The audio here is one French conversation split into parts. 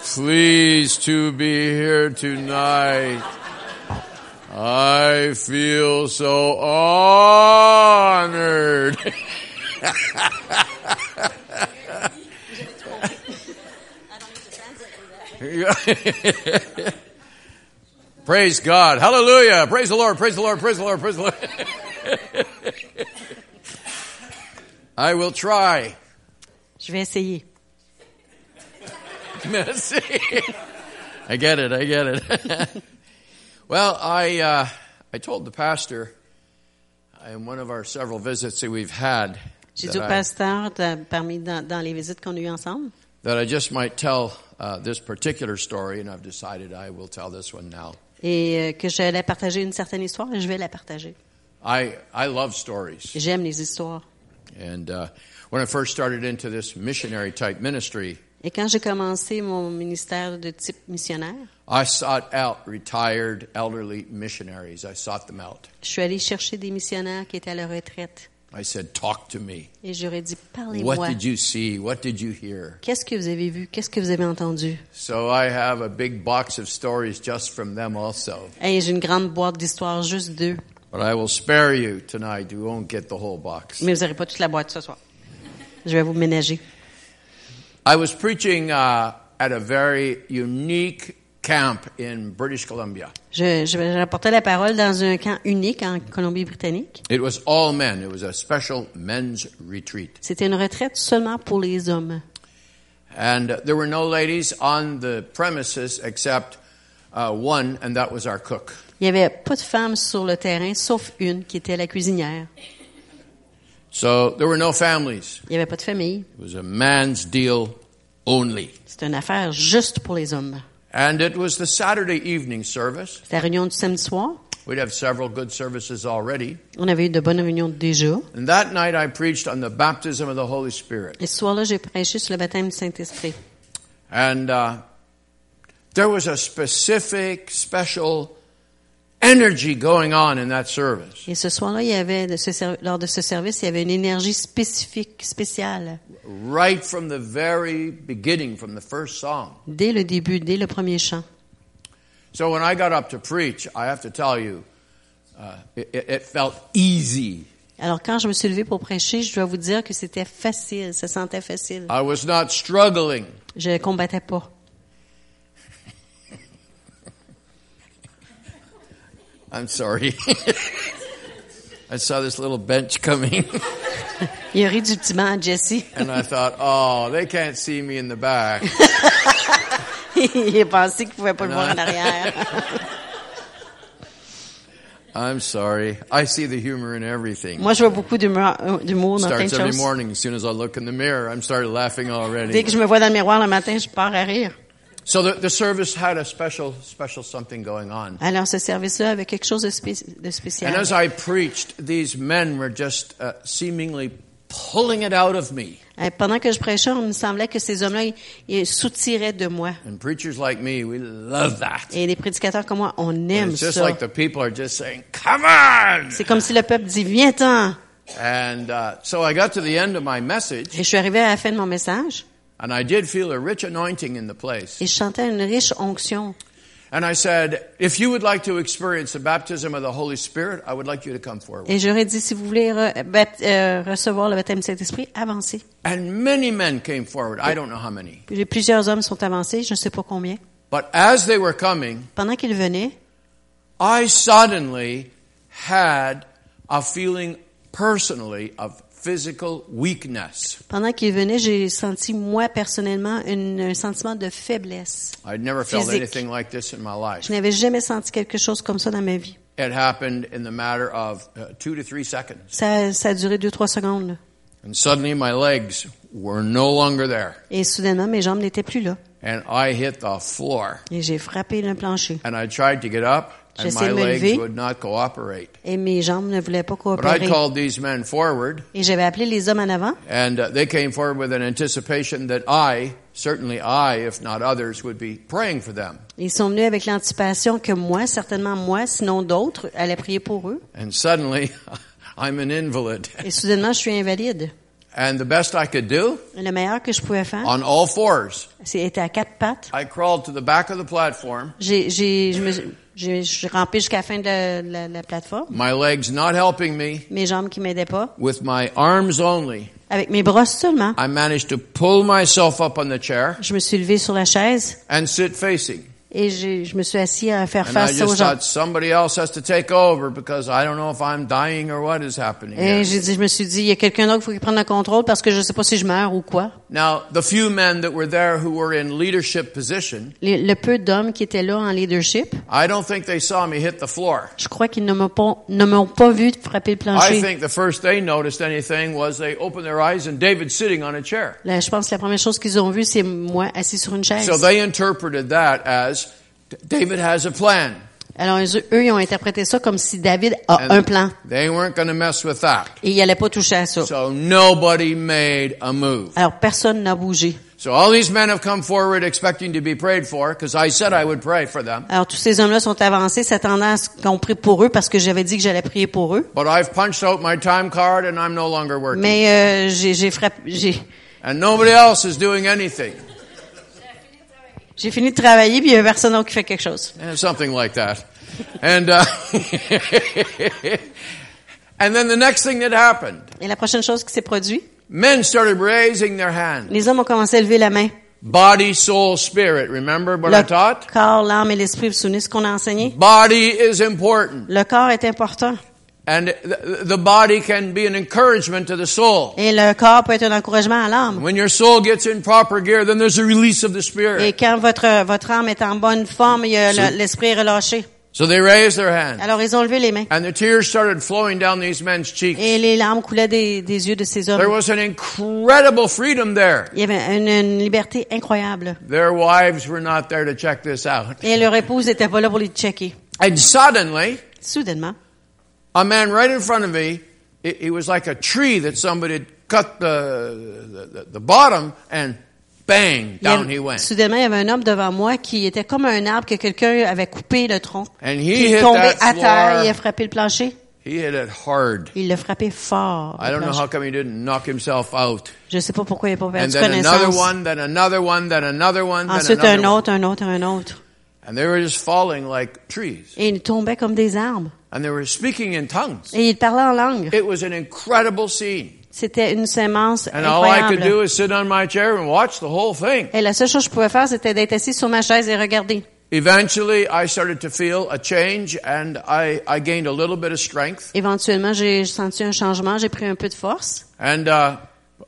pleased to be here tonight. I feel so honored. praise God. Hallelujah. Praise the Lord. Praise the Lord. Praise the Lord. Praise the Lord. I will try. Je vais essayer. Merci. I get it. I get it. well, I uh, I told the pastor in one of our several visits that we've had J'ai that dit au I- pasteur, de- parmi dans, dans les visites qu'on a eues ensemble, that I just might tell uh, this particular story, and I've decided I will tell this one now. et euh, que j'allais partager une certaine histoire, et je vais la partager. I I love stories, J'aime les histoires. and uh, when I first started into this missionary type ministry, Et quand j'ai commencé mon ministère de type missionnaire, I sought out retired elderly missionaries. I sought them out. je suis allée chercher des missionnaires qui étaient à la retraite. I said, "Talk to me. Et j'aurais dit, What parlez-moi. did you see? What did you hear?" Qu'est-ce que vous avez vu? Qu'est-ce que vous avez entendu? So I have a big box of stories just from them also. Hey, j'ai une grande boîte d'histoires, juste deux. But I will spare you tonight. You won't get the whole box. Mais vous n'aurez pas toute la boîte ce soir. Je vais vous ménager. I was preaching uh, at a very unique camp in British Columbia. Je, je, vais- je rapportais la parole dans un camp unique en Colombie-Britannique. It was all men. It was a special men's retreat. C'était une retraite seulement pour les hommes. And uh, there were no ladies on the premises except uh, one, and that was our cook. Il n'y avait pas de femmes sur le terrain, sauf une qui était la cuisinière. So there were no families. Il n'y avait pas de famille. It was a man's deal only. C'était une affaire juste pour les hommes. And it was the Saturday evening service. C'était la réunion du samedi soir. We'd have several good services already. On avait eu de bonnes réunions déjà. And that night I preached on the baptism of the Holy Spirit. Et ce soir-là, j'ai prêché sur le baptême du Saint-Esprit. And uh, there was a specific, special energy going on in that service. Et ce soir-là, il y avait, de ce ser- lors de ce service, il y avait une énergie spécifique, spéciale. Right from the very beginning, from the first song. Dès le début, dès le premier chant. So when I got up to preach, I have to tell you, uh, it, it it felt easy. Alors, quand je me suis levée pour prêcher, je dois vous dire que c'était facile, ça sentait facile. I was not struggling. Je ne combattais pas. I'm sorry. I saw this little bench coming. Il a ri du petit banc à Jesse. And I thought, oh, they can't see me in the back. il a pensé qu'il pouvait pas le Non. voir en arrière. I'm sorry. I see the humor in everything. Moi, je vois beaucoup d'humeur euh, d'humour dans plein de Starts every choses. morning. As soon as I look in the mirror, I'm started laughing Dès already. que je me vois dans le miroir le matin, je pars à rire. So the, the service had a special, special something going on. Alors, ce service-là avait quelque chose de, spé- de And spécial. as I preached, these men were just uh, seemingly pulling it out of me. Euh, Pendant que je prêchais, on me semblait que ces hommes-là, ils, ils soutiraient de moi. And preachers like me, we love that. Et les prédicateurs comme moi, on aime It's just ça. like the people are just saying, come on! C'est comme si le peuple dit, viens-t'en. And uh, so I got to the end of my message, Et je suis arrivée à la fin de mon message and I did feel a rich anointing in the place. et je chantais une riche onction. And I said, if you would like to experience the baptism of the Holy Spirit, I would like you to come forward. Et j'aurais dit, si vous voulez re- bapt- euh, recevoir le baptême du Saint-Esprit, avancez. And many men came forward. I don't know how many. Puis Plusieurs hommes sont avancés, je ne sais pas combien. But as they were coming, Pendant qu'ils venaient, I suddenly had a feeling personally of physical weakness. pendant qu'ils venaient, j'ai senti, moi, personnellement, une- un sentiment de faiblesse. I'd never felt Physique. anything like this in my life. Je n'avais jamais senti quelque chose comme ça dans ma vie. It happened in the matter of uh, two to three seconds. Ça, ça a duré deux, trois secondes. là. And suddenly my legs were no longer there. Et soudainement, mes jambes n'étaient plus là. And I hit the floor. Et j'ai frappé le plancher. And I tried to get up, and J'essayais my de me legs lever. would not cooperate. Et mes jambes ne voulaient pas But I coopérer. called these men forward, Et j'avais appelé les hommes en avant. and uh, they came forward with an anticipation that I, certainly I, if not others, would be praying for them. Ils sont venus avec l'anticipation que moi, certainement moi, sinon d'autres, allaient prier pour eux. And suddenly, I'm an invalid. Et soudainement, je suis invalide. And the best I could do, Le meilleur que je pouvais faire, on all fours, c'est être à quatre pattes. I crawled to the back of the platform, J'ai, j'ai, je me, j'ai, j'ai rampé jusqu'à la fin de la, la- la plateforme. my legs not helping me, Mes jambes qui m'aidaient pas. with my arms only. Avec mes bras seulement, I managed to pull myself up on the chair je me suis levée sur la chaise and sit facing. et j'ai, je me suis assis à faire And I face aux just gens. thought somebody else has to take over because I don't know if I'm dying or what is happening. Et Here. j'ai dit, je me suis dit, il y a quelqu'un d'autre qui faut qu'il prenne le contrôle parce que je sais pas si je meurs ou quoi. Now, the few men that were there who were in leadership position, Les- Le, peu d'hommes qui étaient là en leadership, I don't think they saw me hit the floor. je crois qu'ils ne m'ont pas, ne m'ont pas vu frapper I le plancher. think the first they noticed anything was they opened their eyes and David sitting on a chair. Là, je pense que la première chose qu'ils ont vue, c'est moi assis sur une chaise. So they interpreted that as "D- David has a plan. Alors, eux, eux, ils ont interprété ça comme si David Uh, a un And plan They weren't going to mess with that. et il n'allait pas toucher à ça. So nobody made a move. Alors, personne n'a bougé. So all these men have come forward expecting to be prayed for because I said I would pray for them. Alors, tous ces hommes-là sont avancés, s'attendant à ce qu'on prie pour eux parce que j'avais dit que j'allais prier pour eux. But I've punched out my time card and I'm no longer working. Mais euh, j'ai j'ai frappé, j'ai And nobody else is doing anything. j'ai fini de travailler, puis il y a personne d'autre qui fait quelque chose. Eh, something like that. And, uh, and then the next thing that happened, Et la prochaine chose qui s'est produite, men started raising their hand. les hommes ont commencé à lever la main. Body, soul, spirit. Remember what I Le taught? corps, l'âme et l'esprit, vous vous souvenez de ce qu'on a enseigné? Body is important. Le corps est important. And the, the body can be an encouragement to the soul. Et le corps peut être un encouragement à l'âme. When your soul gets in proper gear, then there's a release of the Et spirit. quand votre, votre âme est en bonne forme, il y a le- l'esprit est relâché. So they raised their hand. Alors, ils ont levé les mains. And the tears started flowing down these men's Et cheeks. les larmes coulaient des, des yeux de ces There hommes. was an incredible freedom there. Il y avait une, une liberté incroyable. Their wives were not there to check this out. Et leur épouse n'était pas là pour les checker. And suddenly, Soudainement, a man right in front of me, it, it was like a tree that somebody had cut the, the, the, the bottom and bang, il y down avait- he went. soudainement, il y avait un homme devant moi qui était comme un arbre que quelqu'un avait coupé le tronc. And Puis he il est hit tombé that à terre, il a floor. frappé le plancher. He hit it hard. Il l'a frappé fort. I le don't know plancher. how come he didn't knock himself out. Je sais pas pourquoi il n'a pas And perdu then another connaissance. one, then another one, then another one, then Ensuite, another un one. autre, un autre, un autre. And they were just falling like trees. Et il tombait comme des arbres. And they were speaking in tongues. Et il parlait en langue. It was an incredible scene. C'était une sémence And all I could do incroyable. is sit on my chair and watch the whole thing. Et la seule chose que je pouvais faire, c'était d'être assis sur ma chaise et regarder. Eventually, I started to feel a change and I, I gained a little bit of strength. Éventuellement, j'ai senti un changement, j'ai pris un peu de force. And, uh,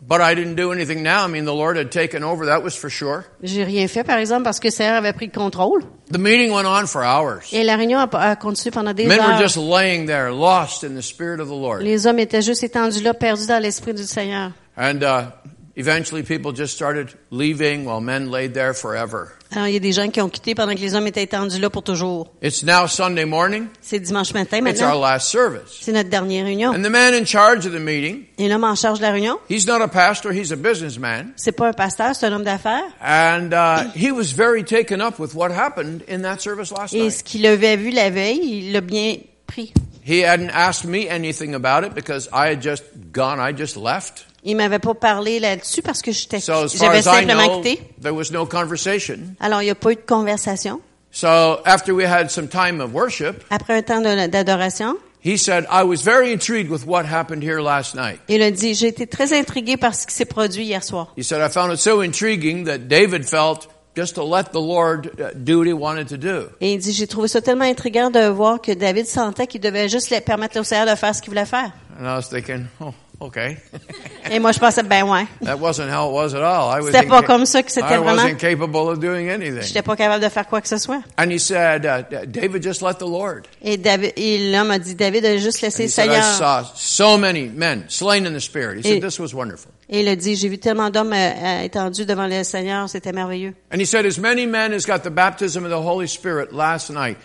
but I didn't do anything now. I mean, the Lord had taken over. That was for sure. J'ai rien fait, par exemple, parce que Sarah avait pris le contrôle. The meeting went on for hours. Et la réunion a, a continué pendant des Men were heures. just laying there, lost in the Spirit of the Lord. Les hommes étaient juste étendus là, perdus dans l'esprit du Seigneur. And, uh, eventually people just started leaving while men laid there forever. Alors, il y a des gens qui ont quitté pendant que les hommes étaient étendus là pour toujours. It's now Sunday morning. C'est dimanche matin It's our maintenant. last service. C'est notre dernière réunion. And the man in charge of the meeting, Et l'homme en charge de la réunion, he's not a pastor, he's a businessman. c'est pas un pasteur, c'est un homme d'affaires. And uh, he was very taken up with what happened in that service last Et night. ce qu'il avait vu la veille, il l'a bien pris. He hadn't asked me anything about it because I had just gone, I just left. Il m'avait pas parlé là-dessus parce que j'étais, So as far j'avais as I simplement know, quitté. there was no conversation. Alors, il n'y a pas eu de conversation. So after we had some time of worship, Après un temps de- d'adoration, he said, I was very intrigued with what happened here last night. il a dit, j'ai été très intrigué par ce qui s'est produit hier soir. He said, I found it so intriguing that David felt just to let the Lord uh, do what he wanted to do. Et il dit, j'ai trouvé ça tellement intriguant de voir que David sentait qu'il devait juste la- permettre au Seigneur de faire ce qu'il voulait faire. And I was thinking, oh, okay. Et moi, je pensais, ben ouais. that wasn't how it was at all. I, was C'était pas inca- comme ça que c'était I vraiment. wasn't capable of doing anything. J'étais pas capable de faire quoi que ce soit. And he said, uh, D- David, just let the Lord. Et David, et l'homme a dit, David a juste laissé He le said, I Seigneur. saw so many men slain in the spirit. He Et- said, this was wonderful. Et il a dit, j'ai vu tellement d'hommes euh, euh, étendus devant le Seigneur, c'était merveilleux. And he said, as many men as got the baptism of the Holy Spirit last night,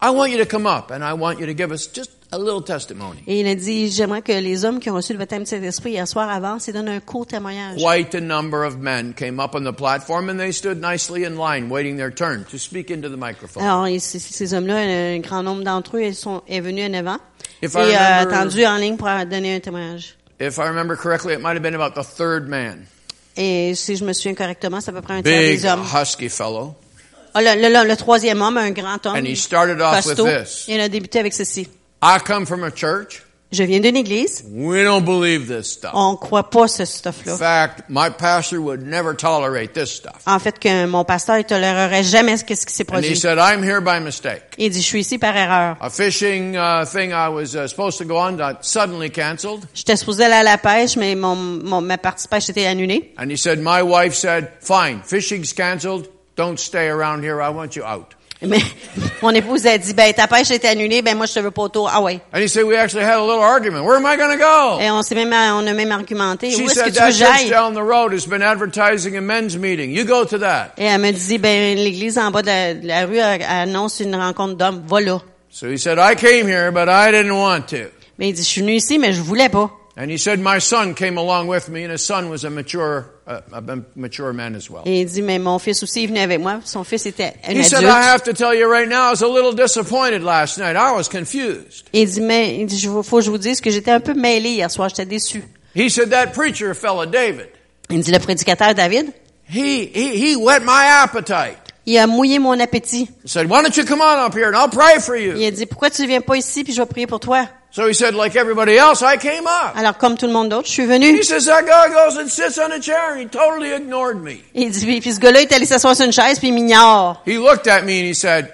I want you to come up and I want you to give us just a little testimony. Et il a dit, j'aimerais que les hommes qui ont reçu le baptême de Saint-Esprit hier soir avancent et donnent un court témoignage. Quite a number of men came up on the platform and they stood nicely in line waiting their turn to speak into the microphone. Alors, et ces- ces hommes-là, un grand nombre d'entre eux, ils sont est venus en avant If et I remember- attendus en ligne pour donner un témoignage. If I remember correctly, it might have been about the third man. Et si je me souviens correctement, c'est à peu près un tiers Big, des hommes. husky fellow. Ah, le, le- le- le troisième homme, un grand homme, And he started off with costaud, this. il a débuté avec ceci. I come from a church. Je viens d'une église, We don't believe this stuff. on croit pas ce In stuff-là. fact, my pastor would never tolerate this stuff. En fait, que mon pasteur ne tolérerait jamais ce qu'est-ce qui s'est And he produit. said, I'm here by mistake. Il dit, je suis ici par erreur. A fishing uh, thing I was uh, supposed to go on got suddenly canceled. J'étais supposée aller à la pêche, mais mon, mon- ma partie pêche était annulée. And he said, my wife said, fine, fishing's canceled. Don't stay around here. I want you out. Mais mon épouse a dit, ben ta pêche est annulée, ben moi je te veux pas autour. Ah ouais. And he said, we actually had a little argument. Where am I going to go? Et on s'est même, on a même argumenté. She Où est-ce said, que tu veux que that church j'aille? down the road has been advertising a men's meeting. You go to that. Et elle me dit, ben l'église en bas de la, de la rue elle annonce une rencontre d'hommes. Va là. So he said, I came here, but I didn't want to. Mais il dit, je suis venu ici, mais je voulais pas. And he said, my son came along with me, and his son was a mature, uh, a mature man as well. Et il dit, mais mon fils aussi est venu avec moi. Son fils était un He adulte. said, I have to tell you right now, I was a little disappointed last night. I was confused. Et il dit, mais il dit, je- faut que je vous dise que j'étais un peu mêlé hier soir. J'étais déçu. He said, that preacher fella David, Il dit, le prédicateur David, he, he, he whet my appetite. il a mouillé mon appétit. He said, why don't you come on up here and I'll pray for you? Il a dit, pourquoi tu viens pas ici puis je vais prier pour toi? So he said, like everybody else, I came up. Alors, comme tout le monde d'autre, je suis He venu. says, that guy goes and sits on a chair and he totally ignored me. Il dit, puis- puis ce gars-là est allé s'asseoir sur une chaise puis il m'ignore. He looked at me and he said,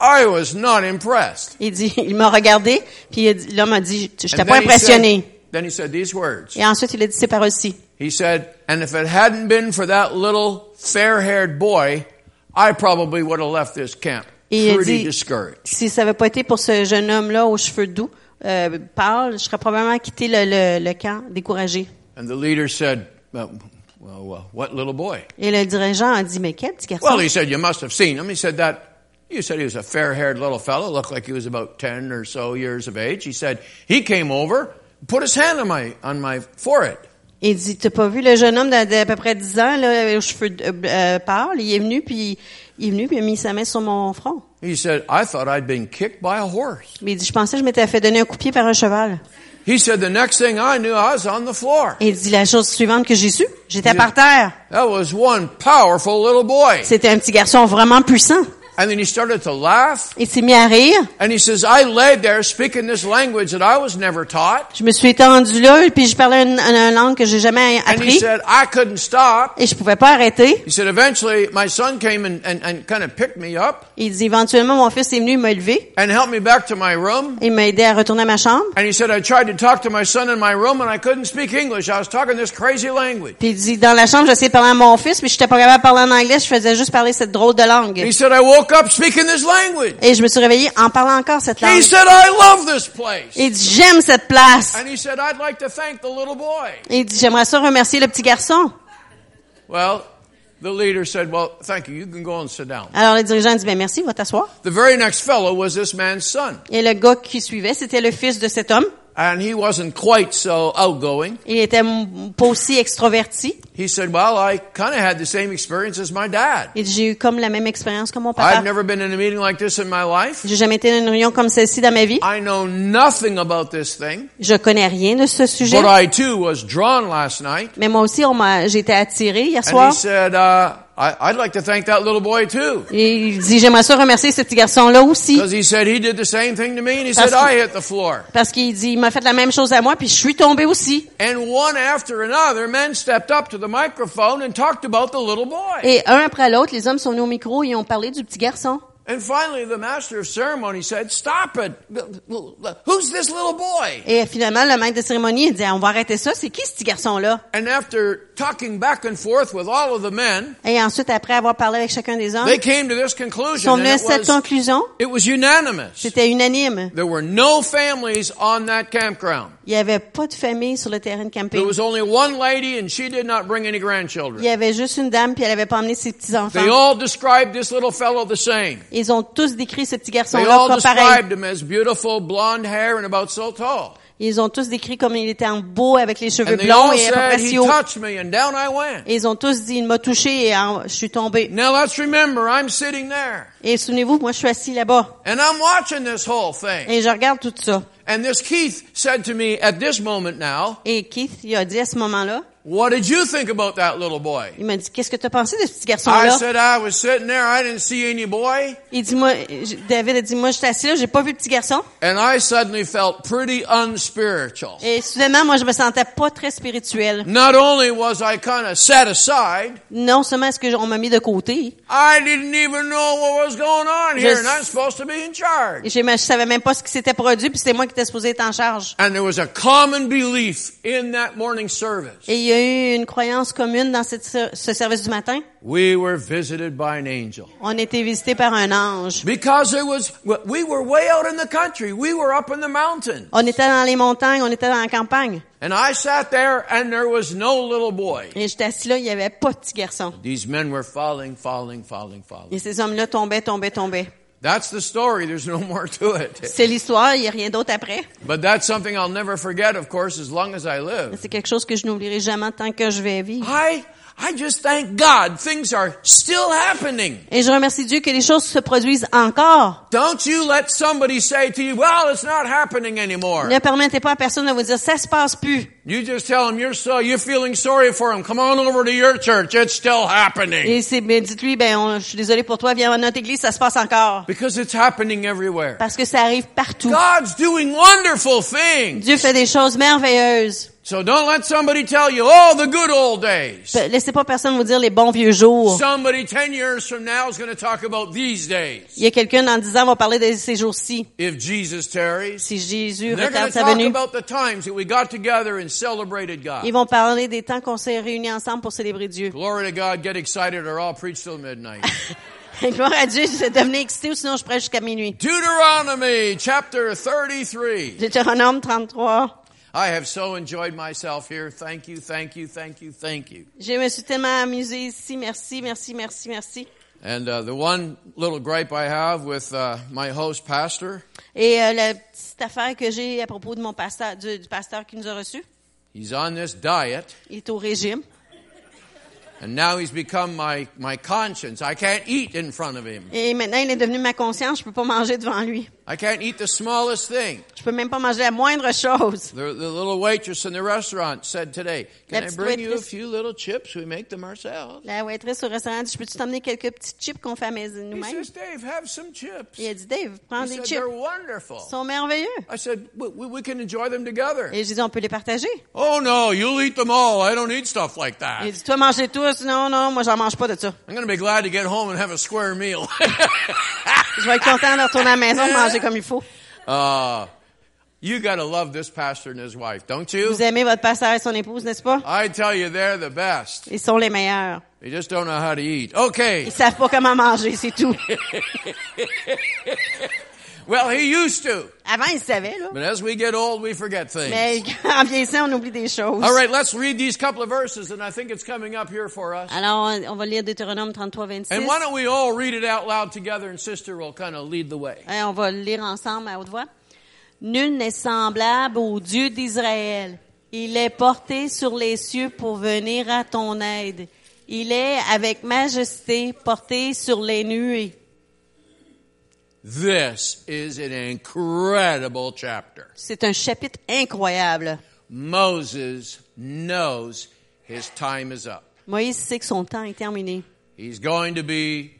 I was not impressed. Il dit, il m'a regardé puis il a dit- l'homme a dit, je t'ai And pas then he said- impressionné. then he said these words. Et ensuite, il a dit ses paroles aussi. He said, and if it hadn't been for that little fair-haired boy, I probably would have left this camp Et il a pretty dit- discouraged. Si ça n'avait pas été pour ce jeune homme-là aux cheveux doux, euh, pâle, je serais probablement quitté le, le- le camp découragé. And the leader said, well, well, well, what little boy? Et le dirigeant a dit, mais quel petit garçon? Well, he said, you must have seen him. He said that, you said he was a fair-haired little fellow, looked like he was about 10 or so years of age. He said, he came over, put his hand on my, on my forehead. Il dit, t'as pas vu le jeune homme d'à d'à peu près 10 ans, là, aux cheveux euh, euh, pâles? Il est venu puis il est venu puis il a mis sa main sur mon front. He said, I thought I'd been kicked by a horse. Mais il dit, je pensais que je m'étais fait donner un coup de pied par un cheval. He said, the next thing I knew, I was on the floor. Et il dit la chose suivante que j'ai su, j'étais par terre. That was one powerful little boy. C'était un petit garçon vraiment puissant. And then he started to laugh. Il s'est mis à rire. And he says, I lay there speaking this language that I was never taught. Je me suis étendue là, puis je parlais une, une langue que j'ai jamais And he appris. said, I couldn't stop. Et je pouvais pas arrêter. He said, eventually my son came and, and, and kind of picked me up Il dit, éventuellement, mon fils est venu, il m'a élevé. and helped me back to my room. Il m'a aidé à retourner à ma chambre. And he said, I tried to talk to my son in my room and I couldn't speak English. I was talking this crazy language. Puis il dit, dans la chambre, j'essayais de parler à mon fils, mais j'étais pas capable de parler en anglais, je faisais juste parler cette drôle de langue. He said, I woke up speaking this language. Et je me suis réveillée en parlant encore cette langue. He said, I love this place. Il dit, j'aime cette place. And he said, I'd like to thank the little boy. Il dit, j'aimerais ça remercier le petit garçon. Well, the leader said, well, thank you. You can go and sit down. Alors le dirigeant dit, ben merci, va t'asseoir. The very next fellow was this man's son. Et le gars qui suivait, c'était le fils de cet homme. And he wasn't quite so outgoing. Il était m- pas aussi extroverti. He said, Well, I kind of had the same experience as my dad. Il dit, j'ai eu comme la même expérience que mon papa. I've never been in a meeting like this in my life. J'ai jamais été dans une réunion comme celle-ci dans ma vie. I know nothing about this thing. Je connais rien de ce sujet. But I too was drawn last night. Mais moi aussi, on m'a, j'ai été attirée hier And he soir. said, uh, I, I'd like to thank that little boy too. Et il dit, j'aimerais ça remercier ce petit garçon-là aussi. Because he said he did the same thing to me and he Parce said, que- I hit the floor. Parce qu'il dit, il m'a fait la même chose à moi, puis je suis tombée aussi. And one after another, men stepped up to the microphone and talked about the little boy. Et un après l'autre, les hommes sont venus au micro et ont parlé du petit garçon. And finally, the master of ceremony said, Stop it. Who's this little boy? Et finalement, le maître de cérémonie, il dit, Ah, on va arrêter ça. C'est qui ce petit garçon-là? And after talking back and forth with all of the men, Et ensuite, après avoir parlé avec chacun des hommes, they came to this ils conclusion. sont And venus à it, cette was, conclusion. it was unanimous. C'était unanime. There were no families on that campground. Il n'y avait pas de famille sur le terrain de There camping. was only one lady, and she did not bring any Il y grandchildren. avait juste une dame, puis elle avait pas emmené ses They petits-enfants. all described this little fellow the same. Ils ont tous décrit ce petit They garçon-là all comme pareil. described him as beautiful, blonde hair, and about so tall. Ils ont tous décrit comme il était en beau avec les cheveux And they all blonds et à peu près said, He si haut. touched me, and down I went. Et ils ont tous dit, il m'a touché et en- je suis tombé. Now let's remember, I'm sitting there, Et souvenez-vous, moi, je suis assis là-bas. and I'm watching this whole thing. Et je regarde tout ça. And this Keith said to me at this moment now, Et Keith, il a dit à ce moment-là, What did you think about that little boy? il m'a dit, qu'est-ce que tu as pensé de ce petit I garçon-là? said, I was sitting there, I didn't see any boy. Il dit, moi, je- David a dit, moi, j'étais assis là, j'ai pas vu le petit garçon. And I suddenly felt pretty unspiritual. Et soudainement, moi, je me sentais pas très spirituelle. Not only was I kind of set aside, Non seulement est-ce que j- on m'a mis de côté, I didn't even know what was going on here, Yes. and I'm supposed to be in et charge. j'ai- je savais même pas ce qui s'était produit, puis c'est moi qui étais supposé être en charge. And there was a common belief in that morning service. Et il y a eu une croyance commune dans cette ser- ce service du matin. We were visited by an angel. On était visité par un ange. Because there was, we were way out in the country. We were up in the mountain. On était dans les montagnes, on était dans la campagne. And I sat there and there was no little boy. Et j'étais assis là, il y avait pas de petit garçon. These men were falling, falling, falling, falling. Et ces hommes-là tombaient, tombaient, tombaient. That's the story. There's no more to it. C'est l'histoire, il n'y a rien d'autre après. But that's something I'll never forget, of course, as long as I live. C'est quelque chose que je n'oublierai jamais tant que je vais vivre. I, I just thank God things are still happening. Et je remercie Dieu que les choses se produisent encore. Don't you let somebody say to you, well, it's not happening anymore. Ne permettez pas à personne de vous dire ça se passe plus. You just tell them you're so, you're feeling sorry for them. Come on over to your church. It's still happening. Et c'est ben dites-lui ben on- je suis désolé pour toi, viens à notre église, ça se passe encore Because it's happening everywhere. parce que ça arrive partout. God's doing wonderful things. Dieu fait des choses merveilleuses. So don't let somebody tell you, oh, the good old days. Pe- Laissez pas personne vous dire les bons vieux jours. Somebody 10 years from now is going to talk about these days. Il y a quelqu'un dans 10 ans va parler de ces jours-ci If Jesus tarries, si Jésus they're going retarde to sa talk venue. about the times that we got together and celebrated God. Ils vont parler des temps qu'on s'est réunis ensemble pour célébrer Dieu. Glory to God, get excited or I'll preach till midnight. Gloire à Dieu, je devenais excité ou sinon je prêche jusqu'à minuit. Deuteronomy chapter 33. Deutéronome 33. I have so enjoyed myself here. Thank you, thank you, thank you, thank you. Je me suis tellement amusée ici. Merci, merci, merci, merci. And uh, the one little gripe I have with uh, my host pastor, Et euh, la petite affaire que j'ai à propos de mon pasteur, du, du pasteur qui nous a reçus, he's on this diet, il est au régime. and now he's become my, my conscience. I can't eat in front of him. Et maintenant, il est devenu ma conscience. Je peux pas manger devant lui. I can't eat the smallest thing. Je peux même pas manger la moindre chose. The, the little waitress in the restaurant said today, "Can I That's bring you a waitress. few little chips? We make them ourselves." La waitress au restaurant dit, je peux-tu t'emmener quelques petites chips qu'on fait à maison He nous-mêmes? says, "Dave, have some chips." Il a dit, Dave, prends He des said, chips. "They're Ils wonderful." sont merveilleux. I said, "We- "We we can enjoy them together." Et j'ai dit, on peut les partager. Oh no, you'll eat them all. I don't eat stuff like that. Il dit, toi, mangez tous. Non, non, moi, j'en mange pas de ça. I'm going to be glad to get home and have a square meal. Je vais être content de retourner à la maison manger comme il faut. uh, you got to love this pastor and his wife, don't you? Vous aimez votre pasteur et son épouse, n'est-ce pas? I tell you, they're the best. Ils sont les meilleurs. They just don't know how to eat. Okay. Ils savent pas comment manger, c'est tout. Well, he used to. Avant, ils savaient, là. But as we get old, we forget things. Mais en vieillissant, on oublie des choses. All right, let's read these couple of verses, and I think it's coming up here for us. Alors, on, on va lire Deutéronome 33, 26. And why don't we all read it out loud together, and Sister will kind of lead the way. Hein, on va le lire ensemble à haute voix. Nul n'est semblable au Dieu d'Israël. Il est porté sur les cieux pour venir à ton aide. Il est avec majesté porté sur les nuées. This is an incredible chapter. C'est un chapitre incroyable. Moses knows his time is up. Moïse sait que son temps est terminé. He's going to be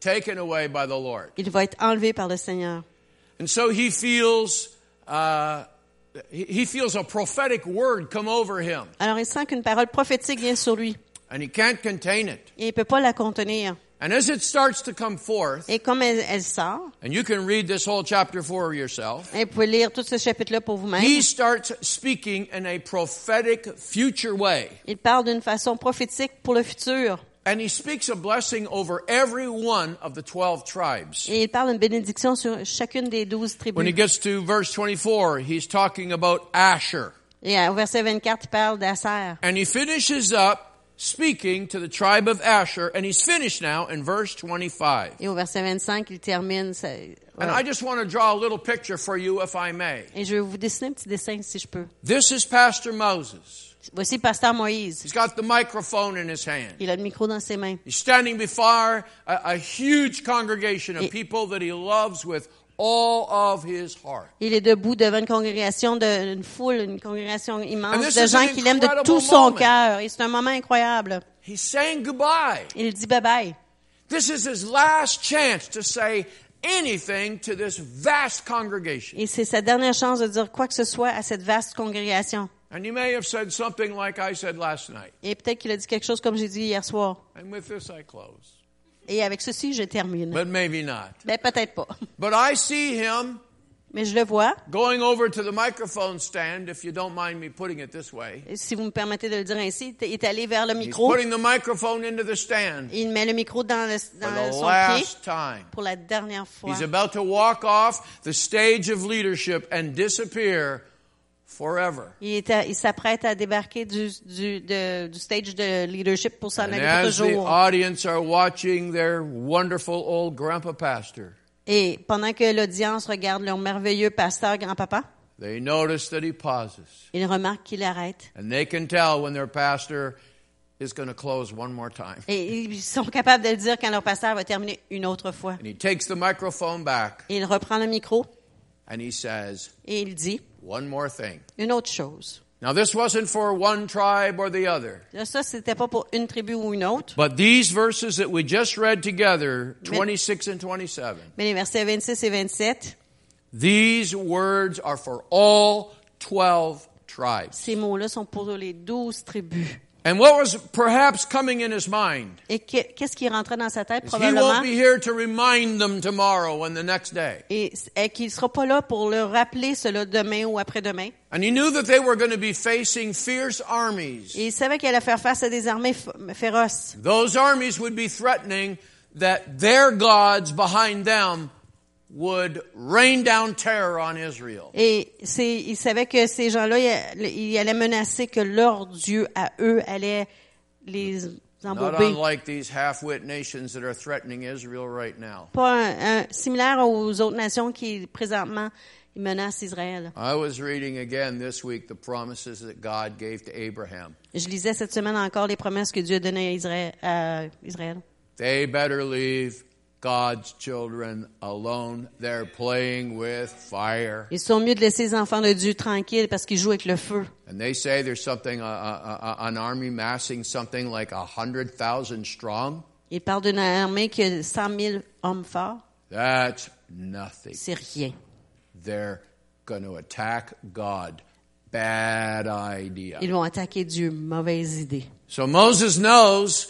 taken away by the Lord. Il va être enlevé par le Seigneur. And so he feels, uh, he- he feels a prophetic word come over him, Alors il sent qu'une parole prophétique vient sur lui and he can't contain it. et il peut pas la contenir. And as it starts to come forth, Et comme elle, elle sort, and you can read this whole chapter for yourself, et vous pouvez lire tout ce chapitre-là pour vous-même. he starts speaking in a prophetic future way. Il parle d'une façon prophétique pour le futur. And he speaks a blessing over every one of the 12 tribes. Et il parle d'une bénédiction sur chacune des douze When he tribus. gets to verse 24, he's talking about Asher. Et euh, au verset 24, il parle d'Asser. And he finishes up speaking to the tribe of Asher, and he's finished now in verse 25. Et au verset 25, il termine. ça- ouais. And I just want to draw a little picture for you, if I may. Et je vais vous dessiner un petit dessin si je peux. This is Pastor Moses. Voici Pasteur Moïse. He's got the microphone in his hand. Il a le micro dans ses mains. He's standing before a, a huge congregation of people that he loves with all of his heart. Il est debout devant une congrégation, de, une foule, une congrégation And immense this de is an gens qu'il aime de incredible tout son moment. cœur. Et c'est un moment incroyable. He's saying goodbye. Il dit bye bye. This is his last chance to say anything to this vast congregation. Et c'est sa dernière chance de dire quoi que ce soit à cette vaste congrégation. And he may have said something like I said last night. Et peut-être qu'il a dit quelque chose comme j'ai dit hier soir. And with this, I close. Et avec ceci, je termine. But maybe not. Ben, peut-être pas. But I see him Mais je le vois. going over to the microphone stand, if you don't mind me putting it this way. Et Si vous me permettez de le dire ainsi, il est allé vers le He's micro. putting the microphone into the stand Il met le micro dans, le- for dans the son pied last time. pour la dernière fois. He's about to walk off the stage of leadership and disappear forever. Il, est à- il s'apprête à débarquer du, du, de- du stage de leadership pour s'en And aller pour as the toujours. audience are watching their wonderful old grandpa pastor, Et pendant que l'audience regarde leur merveilleux pasteur grand-papa, they notice that he pauses. il remarque qu'il arrête. And they can tell when their pastor is going to close one more time. Et ils sont capables de le dire quand leur pasteur va terminer une autre fois. And he takes the microphone back Et il reprend le micro and he says, et il dit One more thing. une autre chose. Now, this wasn't for one tribe or the other, Là, ça, c'était pas pour une tribu ou une autre, but these verses that we just read together, 26 and 27, mais les versets 26 et 27, these words are for all 12 tribes. ces mots-là sont pour les douze tribus. And what was perhaps coming in his mind Et que- qu'est-ce qui rentrait dans sa tête is he won't probablement? be here to remind them tomorrow and the next day. Et, et qu'il sera pas là pour le rappeler cela demain ou après-demain. And he knew that they were going to be facing fierce armies. Et il savait qu'il allait faire face à des armées f- féroces. Those armies would be threatening that their gods behind them would rain down terror on Israel. Et c'est, il savait que ces gens-là, ils ils allaient menacer que leur Dieu à eux allait les Not embourber. unlike these half-wit nations that are threatening Israel right now. Pas un- un- similaire aux autres nations qui présentement menacent Israël. I was reading again this week the promises that God gave to Abraham. Je lisais cette semaine encore les promesses que Dieu a données à Israël. à Israël. They better leave God's children alone. They're playing with fire. Ils sont mieux de laisser les enfants de Dieu tranquilles parce qu'ils jouent avec le feu. And they say there's something, uh, uh, uh, an army massing something like 100,000 strong. Ils parlent d'une armée qui a 100 000 hommes forts. That's nothing. C'est rien. They're going to attack God. Bad idea. Ils vont attaquer Dieu. Mauvaise idée. So Moses knows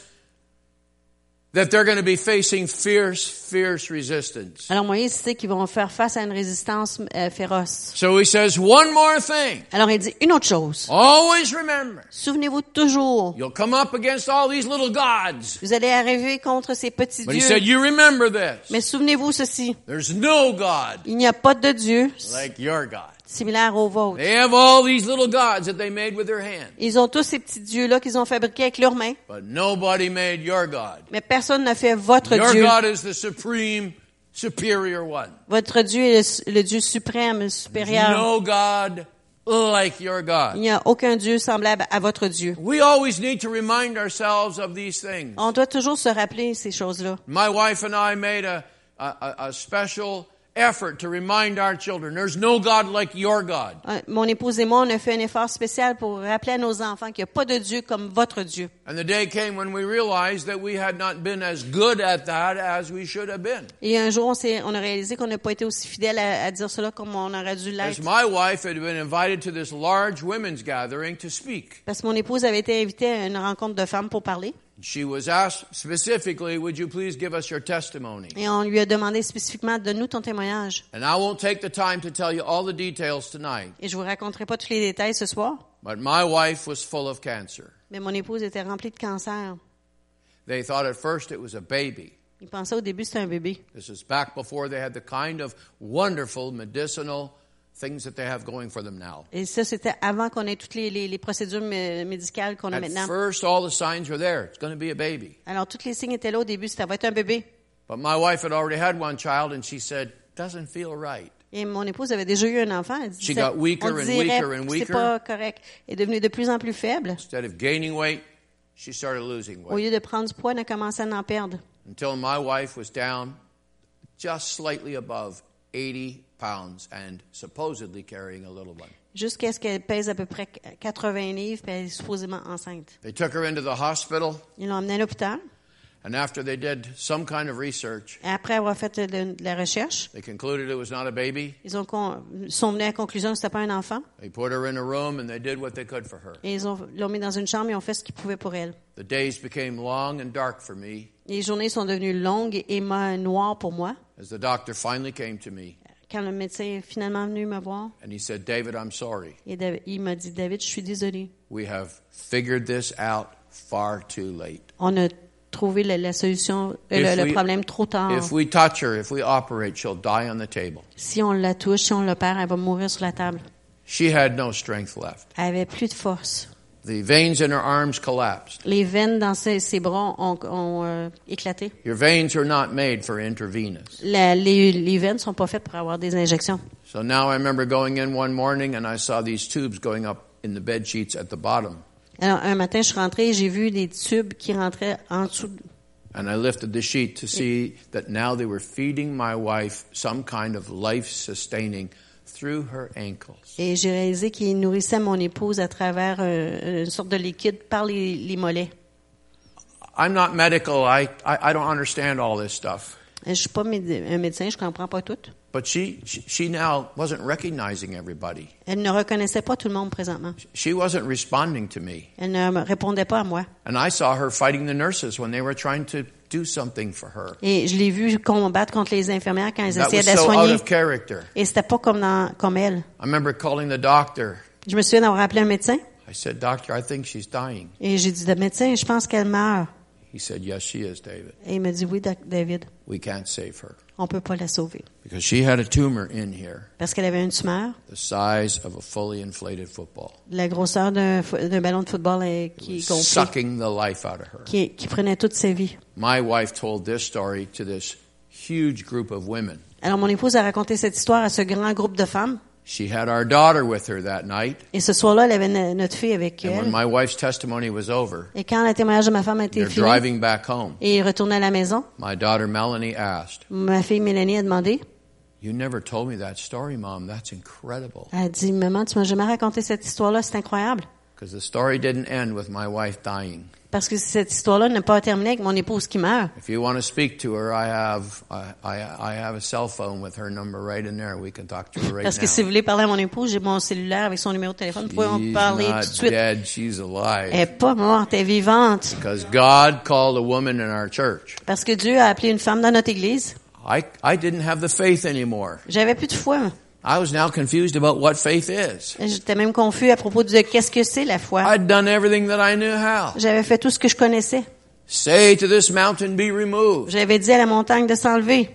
that they're going to be facing fierce, fierce resistance. Alors Moïse sait qu'ils vont faire face à une résistance euh, féroce. So he says, one more thing. Alors il dit une autre chose. Always remember, Souvenez-vous toujours, you'll come up against all these little gods. vous allez arriver contre ces petits But he dieux. said, you remember this. Mais souvenez-vous ceci, There's no God il n'y a pas de dieu like your God. similaire au vôtre. They have all these little gods that they made with their hand. Ils ont tous ces petits dieux-là qu'ils ont fabriqués avec leurs mains, But nobody made your God. mais personne n'a fait votre Your dieu. God is the supreme, superior one. Votre dieu est le, le dieu suprême, supérieur. No God like your God. Il n'y a aucun dieu semblable à votre dieu. We always need to remind ourselves of these things. On doit toujours se rappeler ces choses-là. My wife and I made a, a- a, a special effort to remind our children there's no God like your God. Euh, Mon épouse et moi, on a fait un effort spécial pour rappeler à nos enfants qu'il n'y a pas de dieu comme votre dieu. And the day came when we realized that we had not been as good at that as we should have been. Et un jour, on, s'est- on a réalisé qu'on n'a pas été aussi fidèle à, à dire cela comme on aurait dû As l'être. my wife had been invited to this large women's gathering to speak. Parce que mon épouse avait été invitée à une rencontre de femmes pour parler. She was asked specifically, Would you please give us your testimony? Et on lui a demandé spécifiquement, donne-nous ton témoignage. And I won't take the time to tell you all the details tonight, Et je vous raconterai pas tous les détails ce soir, but my wife was full of cancer. mais mon épouse était remplie de cancer. They thought at first it was a baby. Il pensait au début c'était un bébé. This is back before they had the kind of wonderful medicinal things that they have going for them now. Et ça, c'était avant qu'on ait toutes les, les- les procédures mé- médicales qu'on a At maintenant. first, all the signs were there. It's going to be a baby. Alors, tous les signes étaient là au début, ça va être un bébé. But my wife had already had one child, and she said, doesn't feel right. Et mon épouse avait déjà eu un enfant. Elle disait, She got weaker on and dirait weaker que and c'est weaker. pas correct. Elle est devenue de plus en plus faible. Instead of gaining weight, she started losing Au weight lieu de prendre du poids, elle a commencé à en perdre. until my wife was down just slightly above 80 pounds and supposedly carrying a little one. Jusqu'à ce qu'elle pèse à peu près 80 livres, puis elle est supposément enceinte. They took her into the hospital, Ils l'ont emmenée à l'hôpital. and after they did some kind of research, Et Après avoir fait de, de la recherche, they concluded it was not a baby. ils ont con- sont venus à la conclusion que c'était pas un enfant. They put her in a room and they did what they could for her. Et ils ont- l'ont mis dans une chambre et ont fait ce qu'ils pouvaient pour elle. The days became long and dark for me Les journées sont devenues longues et ma- noires pour moi. as the doctor finally came to me Quand le médecin est finalement venu me voir, and he said, David, I'm sorry. et Dav- il m'a dit, David, je suis désolée. We have figured this out far too late. On a trouvé la, la solution, euh, If le, le we- problème trop tard. If we touch her, if we operate, she'll die on the table. Si on la touche, si on le perd, elle va mourir sur la table. She had no strength left. Elle avait plus de force. The veins in her arms collapsed. Les veines dans ses, ses bras ont, ont, euh, éclaté. Your veins are not made for intravenous. La- les, les veines sont pas faites pour avoir des injections. So now I remember going in one morning and I saw these tubes going up in the bed sheets at the bottom. Alors, un matin, je suis rentrée et j'ai vu des tubes qui rentraient en dessous. de- And I lifted the sheet to see that now they were feeding my wife some kind of life sustaining through her ankles. Et j'ai réalisé qu'ils nourrissaient mon épouse à travers euh, une sorte de liquide par les, les mollets. I'm not medical, I, I, I don't understand all this stuff. Euh, Je suis pas méde- un médecin, je comprends pas tout. But she, she, she now wasn't recognizing everybody. Elle ne reconnaissait pas tout le monde présentement. She wasn't responding to me. Elle ne me répondait pas à moi. And I saw her fighting the nurses when they were trying to do something for her. Et je l'ai vue combattre contre les infirmières quand elles That essayaient was de la so out soigner. of character. Et c'était pas comme dans, comme elle. I remember calling the doctor. Je me souviens d'avoir appelé un médecin I said, Doctor, I think she's dying. et j'ai dit, médecin, je pense qu'elle meurt. He said, Yes, she is, David. Et il me dit, oui, doc- David, We can't save her. on peut pas la sauver. Because she had a tumor in here, Parce qu'elle avait une tumeur, the size of a fully inflated football. de la grosseur d'un fo- d'un ballon de football euh, qui, It gonflait, was sucking the life out of her. qui, qui prenait toute sa vie. My wife told this story to this huge group of women. Alors, mon épouse a raconté cette histoire à ce grand groupe de femmes. She had our daughter with her that night. Et ce soir-là, elle avait no- notre fille avec And when elle. my wife's testimony was over, Et quand le témoignage de ma femme a été they're fini driving back home. et ils retournaient à la maison, My daughter Melanie asked, ma fille Mélanie a demandé, You never told me that story, Mom. That's incredible. elle a dit, maman, tu m'as jamais raconté cette histoire-là, c'est incroyable. Because the story didn't end with my wife dying. Parce que cette histoire-là n'a pas terminé avec mon épouse qui meurt. If you want to speak to her, I have I, I, I have a cell phone with her number right in there. We can talk to her right Parce que now. si vous voulez parler à mon épouse, j'ai mon cellulaire avec son numéro de téléphone. Vous pouvez en She's parler not tout de suite. dead. She's alive. Elle n'est pas morte, elle est vivante. Because God called a woman in our church. Parce que Dieu a appelé une femme dans notre église. I, I didn't have the faith anymore. J'avais plus de foi. I was now confused about what faith is. J'étais même confus à propos de qu'est-ce que c'est la foi. I'd done everything that I knew how. J'avais fait tout ce que je connaissais. Say to this mountain, be removed. J'avais dit à la montagne de s'enlever.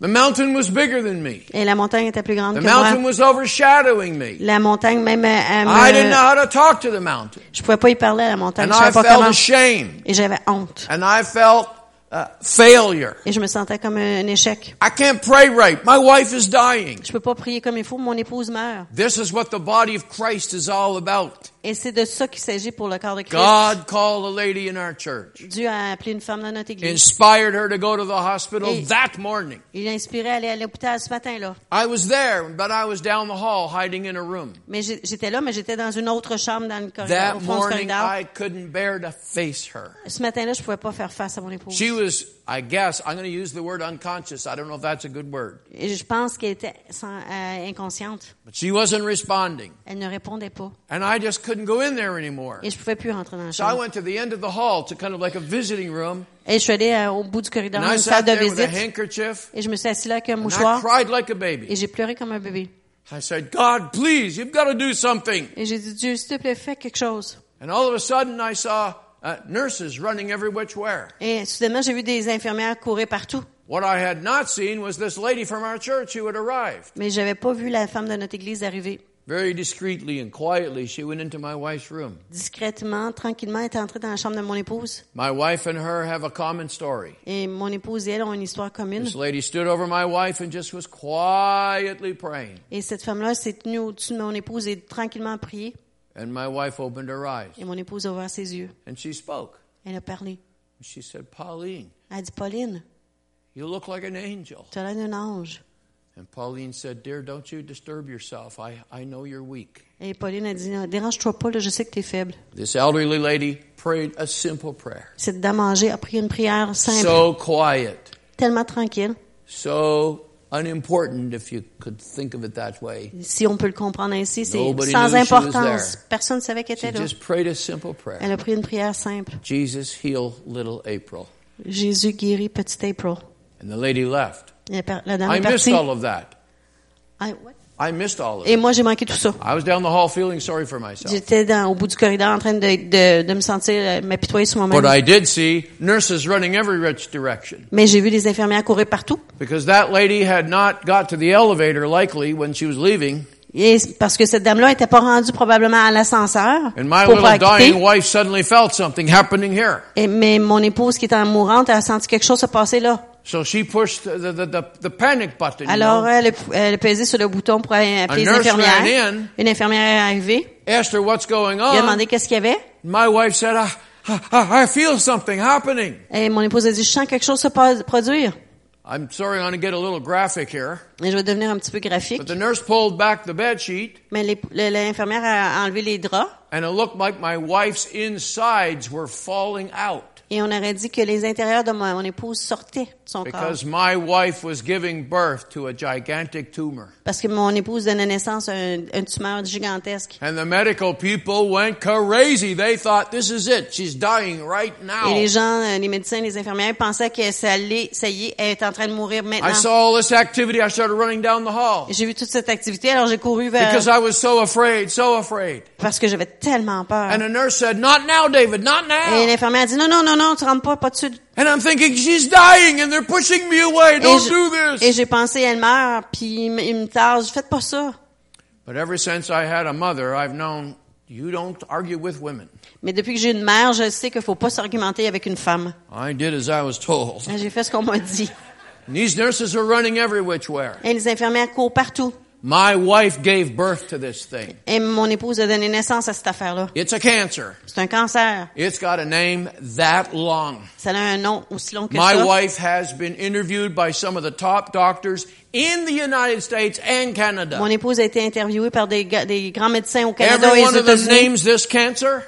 The mountain was bigger than me. Et la montagne était plus grande The que mountain moi. was overshadowing me. La montagne même, Ah, elle Ah I didn't know me, how to talk to the mountain. je pouvais pas y parler à la montagne. And I Je savais pas comment. felt ashamed. Et j'avais honte. And I felt uh, failure. Et je me sentais comme un échec. I can't pray right. My wife is dying. Je peux pas prier comme il faut, mon épouse meurt. This is what the body of Christ is all about. Et c'est de ça qu'il s'agit pour le corps de Christ. God called a lady in our church, Dieu a appelé une femme dans notre église. inspired her to go to the hospital Et- that morning. Il a inspiré à aller à l'hôpital ce matin-là. I was there, but I was down the hall hiding in a room. Mais j'ai- j'étais là, mais j'étais dans une autre chambre dans le corridor, au That fond du morning, corridor. I couldn't bear to face her. Ce matin-là, je pouvais pas faire face à mon épouse. She was, I guess, I'm going to use the word unconscious. I don't know if that's a good word. Et je pense qu'elle était sans- euh, inconsciente. But she wasn't responding. Elle ne répondait pas. And I just couldn't go in there anymore. Et je pouvais plus rentrer dans la So I chambre. went to the end of the hall to kind of like a visiting room. Et je suis allée euh, au bout du corridor, And dans I une salle sat de there with a visite. handkerchief. Et je me suis assise là avec un And I mouchoir. cried like a Et baby. j'ai pleuré comme un bébé. I said, God, please, you've got to do something. Et j'ai dit, Dieu, s'il te plaît, fais quelque chose. And all of a sudden, I saw uh, nurses running every which way. Et soudainement, j'ai vu des infirmières courir partout. What I had not seen was this lady from our church who had arrived. Mais j'avais pas vu la femme de notre église arriver. Very discreetly and quietly, she went into my wife's room. Discrètement, tranquillement, elle est entrée dans la chambre de mon épouse. My wife and her have a common story. Et mon épouse et elle ont une histoire commune. This lady stood over my wife and just was quietly praying. Et cette femme-là s'est tenue au-dessus de mon épouse et tranquillement a prié. And my wife opened her eyes Et mon épouse a ouvert ses yeux. and she spoke. Elle a parlé. She said, Pauline, Elle a dit, Pauline, you look like an angel. tu as l'air d'un ange. And Pauline said, Dear, don't you disturb yourself. I, I know you're weak. Et Pauline a dit, Non, dérange-toi pas, là, je sais que tu es faible. This elderly lady prayed a simple prayer. Cette dame âgée a pris une prière simple, So quiet, tellement tranquille, so unimportant, if you could think of it that way. si on peut le comprendre ainsi, c'est Nobody sans knew she was importance. there. Personne ne savait qu'elle She était là. just prayed a simple Elle prayer a pris une prière simple. Jesus, heal little April. Jésus guérit petite April. And the lady left. Et La per- la dame I est missed partie. all of that. Ah, what? I missed all of Et it. moi, j'ai manqué tout ça. I was down the hall feeling sorry for myself. J'étais dans- au bout du corridor en train de, de- de me sentir euh, m'apitoyer sur But moi-même. I did see nurses running every which direction Mais j'ai vu des infirmières courir partout. because that lady had not got to the elevator likely when she was leaving. Et c'est parce que cette dame-là n'était pas rendue probablement à l'ascenseur And my pour little pas quitter. dying wife suddenly felt something happening here. Et- mais mon épouse qui était en mourante, elle a senti quelque chose se passer là. So she pushed the, the, the, the panic button. you Alors, know. elle, a- elle a pesé sur le bouton pour appeler les nurse infirmières. ran in. Ah. Une infirmière est arrivée. Asked her what's going Elle a on. demandé qu'est-ce qu'il y avait. My wife said, I, I, I- I feel something happening. Et mon épouse a dit, je sens quelque chose se pas- produire. I'm sorry, I'm going to get a little graphic here. Et je vais devenir un petit peu graphique. But the nurse pulled back the bed sheet Mais l'ép- le- l'infirmière a enlevé les draps. and it looked like my wife's insides were falling out Et on aurait dit que les intérieurs de mon, mon épouse sortaient de son corps. because my wife was giving birth to a gigantic tumor. Parce que mon épouse donnait naissance à un, une tumeur gigantesque. And the medical people went crazy. They thought, this is it. She's dying right Et now. les gens, euh, les médecins, les infirmières pensaient que ça allait, ça y est, elle est en train de mourir I saw maintenant. all this activity. I started running down the hall J'ai vu toute cette activité, alors j'ai couru vers because I was so afraid, so afraid. parce que j'avais tellement peur. And the nurse said, not now, David, not Et now. l'infirmière a dit non, non, non, non, tu rentres pas, pas dessus. And I'm thinking, she's dying and they're pushing me away. Et Don't do je- et this. j'ai pensé, elle meurt, puis il me- il me tasse, faites pas ça. But ever since I had a mother, I've known you don't argue with women. Mais depuis que j'ai une mère, je sais qu'il faut pas s'argumenter avec une femme. I did as I was told. J'ai fait ce qu'on m'a dit. And these nurses are running every which way. Et les infirmières courent partout. My wife gave birth to this thing. Et mon épouse a donné naissance à cette affaire-là. It's a cancer. C'est un cancer. It's got a name that long. Ça a un nom aussi long que My ça. wife has been interviewed by some of the top doctors in the United States and Mon Canada. épouse a été interviewée par des, ga- des grands médecins au Canada Ah. Every et aux one of them États-Unis. names this cancer,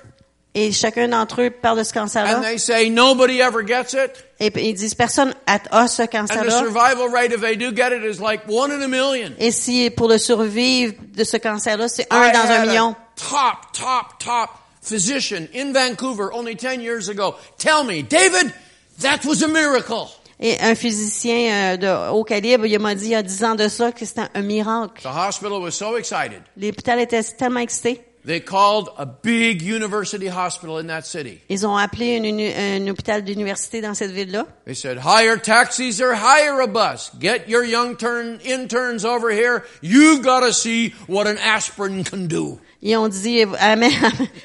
Et chacun d'entre eux parle de ce and cancer-là. they say nobody ever gets it. Et puis, ils disent personne a, a ce And the cancer-là. survival rate, if they do get it, is like one in a million. Et si pour le survivre de ce cancer-là, c'est I un dans un had Ah, a million. top, top, top physician in Vancouver only 10 years ago. Tell me, David, that was a miracle. Et un physicien euh, de haut calibre, il m'a dit il y a dix ans de ça que c'était un, un miracle. The hospital was so excited. L'hôpital était tellement excité. They called a big university hospital in that city. Ils ont appelé une, uni- un hôpital d'université dans cette ville-là. They said, hire taxis or hire a bus. Get your young turn interns over here. You've got to see what an aspirin can do. Ils ont dit, euh, amène-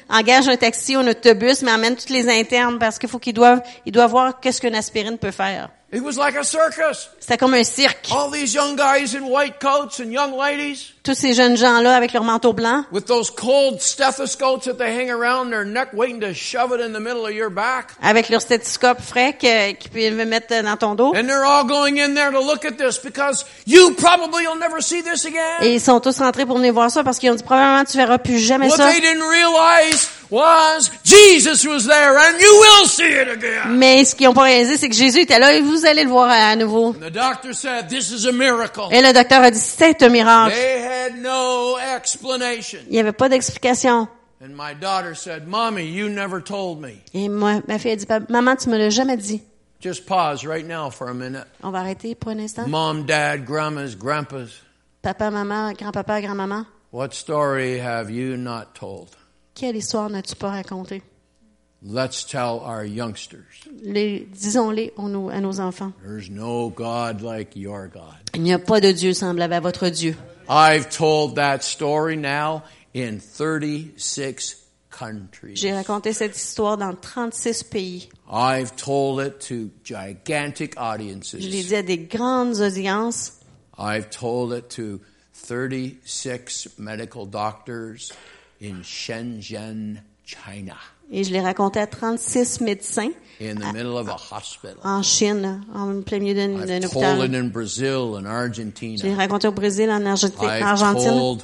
engage un taxi ou un autobus, mais amène tous les internes parce qu'il faut qu'ils doivent, ils doivent voir qu'est-ce qu'une aspirine peut faire. It was like a circus. C'était comme un cirque. All these young guys in white coats and young ladies Tous ces jeunes gens-là avec leurs manteaux blancs, with those cold stethoscopes that they hang around their neck waiting to shove it in the middle of your back. avec leur stéthoscope frais que- qu'ils peuvent mettre dans ton dos. And they're all going in there to look at this because you probably will never see this again. Et ils sont tous rentrés pour venir voir ça parce qu'ils ont dit probablement tu verras plus jamais What ça. they didn't realize was Jesus was there and you will see it again. Mais ce qu'ils ont pas réalisé, c'est que Jésus était là et vous allez le voir à à nouveau. The doctor said, This is a miracle. Et le docteur a dit c'est un miracle. They had no explanation. Il n'y avait pas d'explication. And my daughter said, Mommy, you never told me. Et moi, ma fille a dit Pap- maman tu me l'as jamais dit. Just pause right now for a minute. On va arrêter pour un instant. Mom, dad, grandmas, grandpas, Papa, maman, grand-papa, grand-maman, what story have you not told? quelle histoire n'as-tu pas racontée? let's tell our youngsters Les- Disons-les aux nos- à nos enfants. there's no God like your God. Il n'y a pas de Dieu semblable à votre Dieu. I've told that story now in 36 countries. J'ai raconté cette histoire dans 36 pays. I've told it to gigantic Je l'ai audiences. dit à des grandes audiences. I've told it to 36 medical doctors in Shenzhen, China, Et je l'ai raconté à 36 médecins in the middle of a hospital. en Chine, en plein milieu d'un d'un I've told it hôpital. in Brazil and Je l'ai Argentina. raconté au Brésil, en Argentine. I've Argentine. told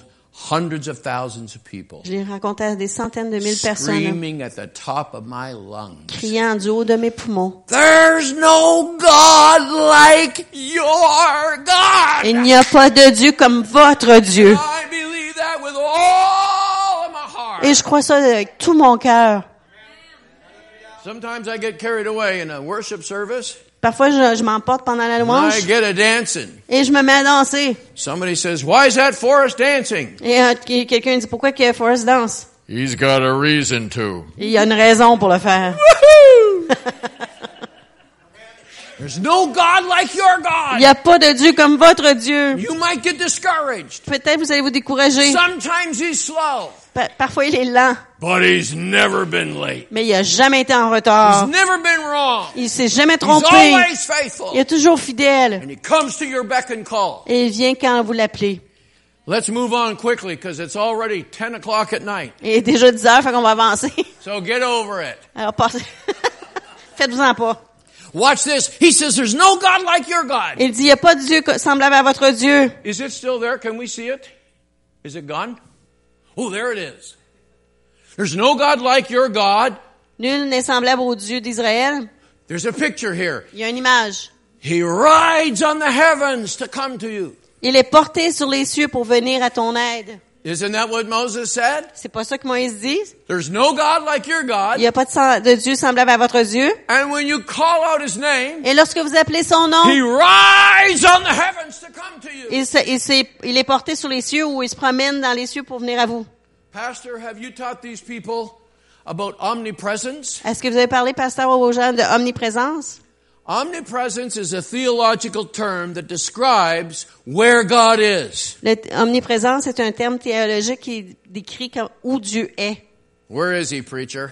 hundreds of thousands of people, Je l'ai raconté à des centaines de mille personnes, screaming at the top of my lungs. criant du haut de mes poumons. There's no God like your God. Il n'y a pas de Dieu comme votre Dieu. I believe that with all of my heart. Et je crois ça avec tout mon cœur. Sometimes I get carried away in a worship service. Parfois, je, je m'emporte pendant la And I louange get a dancing. et je me mets à danser. Somebody says, "Why is that Forrest dancing?" Et euh, qui- quelqu'un dit, pourquoi que Forrest danse? He's got a reason to. Il y a une raison pour le faire. There's no God like your Il God. n'y a pas de Dieu comme votre Dieu. You might get discouraged. Peut-être vous allez vous décourager. Sometimes he's slow, Pa- parfois, il est lent, but he's never been late. mais il n'a jamais été en He's retard. never been wrong. Il s'est jamais He's trompé. always Il faithful, est toujours fidèle. and he comes to your beck and call. Et il vient quand vous l'appelez. Let's move on quickly because it's already ten o'clock at night. Il est déjà 10 heures, fait qu'on va avancer. So get over it. Alors, passez. Faites-vous-en pas. Watch this. He says, "There's no God like your God." Il dit, il n'y a pas de Dieu co- semblable à votre Dieu. Is it still there? Can we see it? Is it gone? Oh, there it is. There's no God like your God. Nul n'est semblable au Dieu d'Israël. There's a picture here. Il y a une image. He rides on the heavens to come to you. Il est porté sur les cieux pour venir à ton aide. Isn't that what Moses said? C'est pas ça que Moïse dit. There's no God like your Il God. n'y a pas de, sem- de Dieu semblable à votre Dieu. And when you call out his name, Et lorsque vous appelez son he nom, rides on the heavens to come to you. il, se- il s'est- il est porté sur les cieux ou il se promène dans les cieux pour venir à vous. Pastor, have you taught these people about omnipresence? Est-ce que vous avez parlé, pasteur, aux gens de omniprésence? Omnipresence is a theological term that describes where God is. Le- omniprésence est un terme théologique qui décrit comme où Dieu est. Where is he, preacher?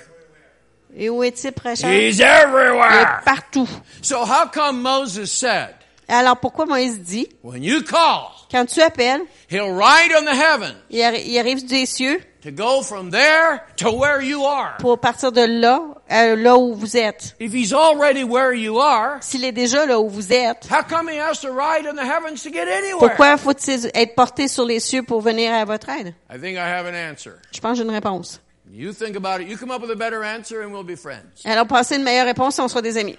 Et où est-il, prêcheur? Il everywhere. est partout. So how come Moses said, Alors pourquoi Moïse dit, when you call, quand tu appelles, he'll ride on the heaven il, arri- il arrive des cieux to go from there to where you are? pour partir de là, à là où vous êtes. If he's already where you are, S'il est déjà là où vous êtes, how come he has to ride on the heavens to get anywhere? pourquoi faut-il être porté sur les cieux pour venir à votre aide? I think I have an answer. Je pense que j'ai une réponse. You think about it. You come up with a better answer and we'll be friends. Alors, passez une meilleure réponse si on sera des amis.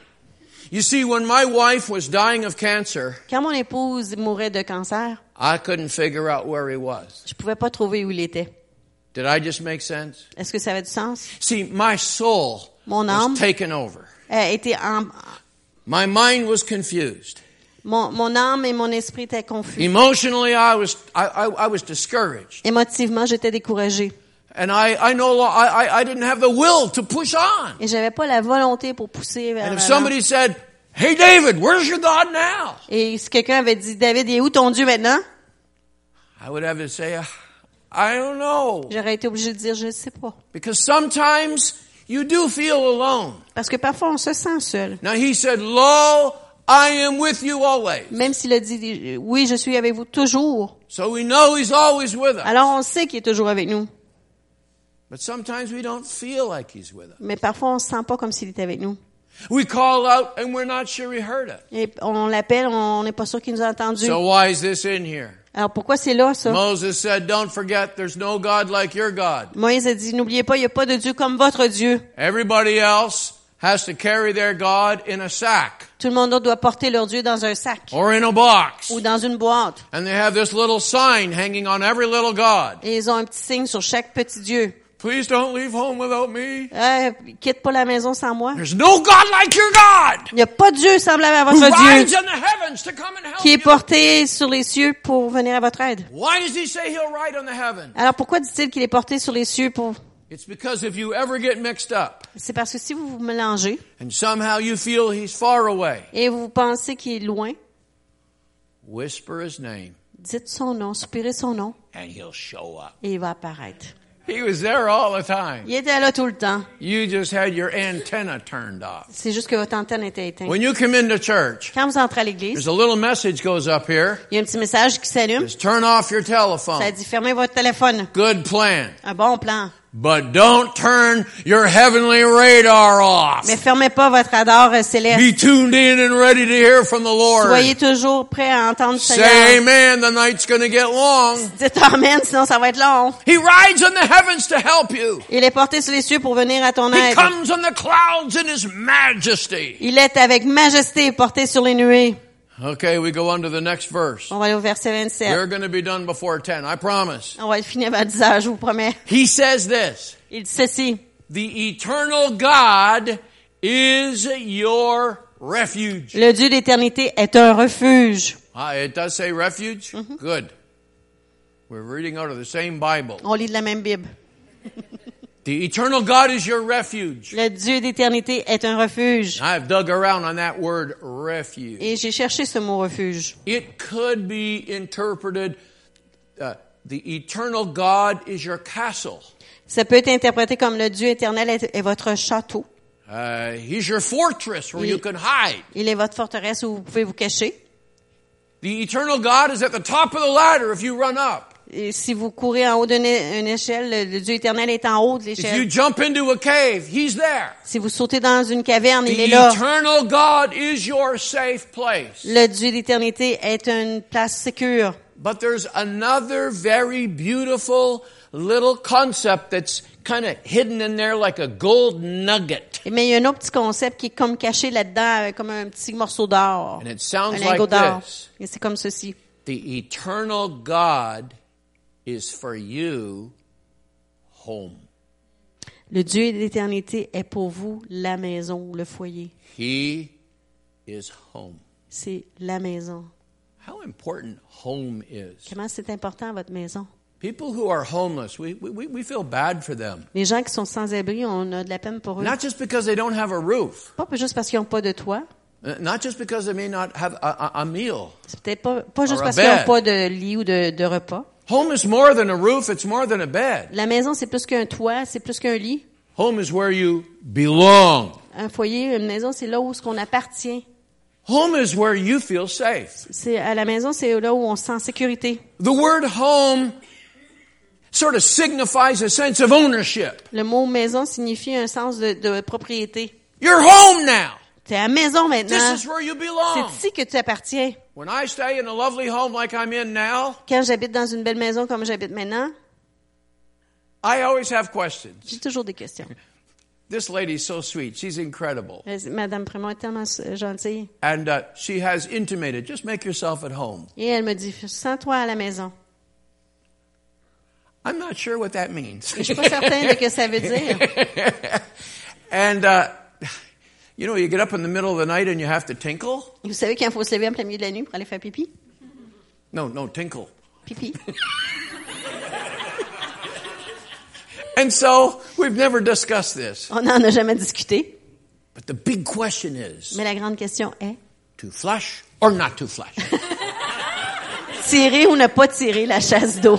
You see, when my wife was dying of cancer, Quand mon épouse mourait de cancer, I couldn't figure out where he was. je pouvais pas trouver où il était. Did I just make sense? Est-ce que ça avait du sens? See, my soul Mon âme. was taken over. Euh, était en- My mind was confused. mon, mon âme et mon esprit étaient confus. Emotionally, I was I, I, I was discouraged, Émotivement, j'étais découragée. and I I no lo- I I I didn't have the will to push on. Et j'avais pas la volonté pour pousser vers And if l'avant. somebody said, "Hey, David, where's your God now?" Et si quelqu'un avait dit, David, il est où ton Dieu maintenant? I would have to say, "Uh, "I don't know," J'aurais été obligée de dire, je ne sais pas. because sometimes you do feel alone. Parce que parfois, on se sent seul. Now he said, "Lo, I am with you always." Même s'il a dit, oui, je suis avec vous toujours. So we know he's always with us, Alors, on sait qu'il est toujours avec nous. but sometimes we don't feel like he's with us. Mais parfois, on ne se sent pas comme s'il était avec nous. We call out, and we're not sure he heard us. Et on l'appelle, on n'est pas sûr qu'il nous a entendus. So why is this in here? Alors, pourquoi c'est là, ça? Moses said, Don't forget, there's no God like your God. Moïse a dit, n'oubliez pas, il n'y a pas de Dieu comme votre Dieu. Everybody else has to carry their God in a sack Tout le monde d'autre doit porter leur Dieu dans un sac or in a box. ou dans une boîte. And they have this little sign hanging on every little God. Et ils ont un petit signe sur chaque petit Dieu. Please don't leave home without me. Euh, quitte pas la maison sans moi. There's no God like your God Il n'y a pas de Dieu semblable à who votre rides Dieu on the heavens to come and help qui est you. porté sur les cieux pour venir à votre aide. Why does he say he'll ride on the heaven? Alors pourquoi dit-il qu'il est porté sur les cieux pour... Is It's because if you ever get mixed up C'est parce que si vous vous mélangez and somehow you feel he's far away, et vous pensez qu'il est loin, whisper his name dites son nom, soupirez son nom and he'll show up. et il va apparaître. He was there all the time. Il était là tout le temps. You just had your antenna turned off. C'est juste que votre antenne était éteinte. When you come into church, Quand vous entrez à l'église, there's a little message goes up here. il y a un petit message qui s'allume. Just turn off your Ça telephone. dit fermez votre téléphone. Good plan. Un bon plan. But don't turn your heavenly radar off. Mais fermez pas votre radar euh, céleste. Be tuned in and ready to hear from the Soyez Lord. toujours prêts à entendre le Say Seigneur. amen, the night's gonna get long. Dites Amen, sinon ça va être long. He rides on the heavens to help you. Il est porté sur les cieux pour venir à ton He aide. comes on the clouds in his majesty. Il est avec majesté porté sur les nuées. Okay, we go on to the next verse. On va aller au verset 27. We're gonna be done before 10, I promise. On va le finir à 10 heures, je vous promets. He says this, Il dit ceci. the eternal God is your refuge. Le Dieu d'éternité est un refuge. Ah, it does say refuge? Good. We're reading out of the same Bible. On lit de la même Bible. The eternal God is your refuge. Le Dieu d'éternité est un refuge. I've dug around on that word refuge. Et j'ai cherché ce mot refuge. It could be interpreted uh, the eternal God is your castle. Ça peut être interprété comme le Dieu éternel est, est votre château. Uh, he's your fortress where you Il- can hide. Il est votre forteresse où vous pouvez vous cacher. The eternal God is at the top of the ladder if you run up. Et si vous courez en haut d'une é- une échelle, le, le Dieu éternel est en haut de If you l'échelle. jump into a cave, he's there. Si vous sautez dans une caverne, il The est là. eternal God is your safe place. Le Dieu d'éternité est une place sécure. But there's another very beautiful little concept that's kind of hidden in there like a gold nugget. Mais il y a un autre petit concept qui est comme caché là-dedans, euh, comme un petit morceau d'or. And it sounds un lingot like d'or. this. Et c'est comme ceci. The eternal God is for you home. Le Dieu de l'éternité est pour vous la maison, le foyer. He is home. C'est la maison. How important home is. Comment c'est important votre maison? People who are homeless, we, we, we feel bad for them. Les gens qui sont sans abri, on a de la peine pour eux. Not just because they don't have a roof, Pas juste parce qu'ils n'ont pas de toit. uh, not just because they may not have a, a, a meal. C'est peut-être pas, pas Or juste a parce qu'ils n'ont bed. pas de lit ou de, de repas. Home is more than a roof, it's more than a bed. La maison, c'est plus qu'un toit, c'est plus qu'un lit. Home is where you belong. Un foyer, une maison, c'est là où ce qu'on appartient. Home is where you feel safe. C'est à la maison, c'est là où on se sent en sécurité. The word home sort of signifies a sense of ownership. Le mot maison signifie un sens de, de propriété. You're home now. T'es à la This maison maintenant. is where you C'est belong. ici que tu appartiens. When I stay in a lovely home like I'm in now, Quand j'habite dans une belle maison comme j'habite maintenant, I always have questions. j'ai toujours des questions. This lady's so sweet. She's incredible. Euh, Madame Prémont est tellement euh, gentille. And uh, she has intimated just make yourself at home. Et elle me dit, sens-toi à la maison. I'm not sure what that means. Je suis pas certaine de ce que ça veut dire. and, uh, you know, you get up in the middle of the night and you have to tinkle. Vous savez quand il faut se lever en plein milieu de la nuit pour aller faire pipi? No, no, tinkle. Pipi. And so we've never discussed this. On n'en a jamais discuté. But the big question is Mais la grande question est, to flush or not to flush? tirer ou ne pas tirer la chasse d'eau?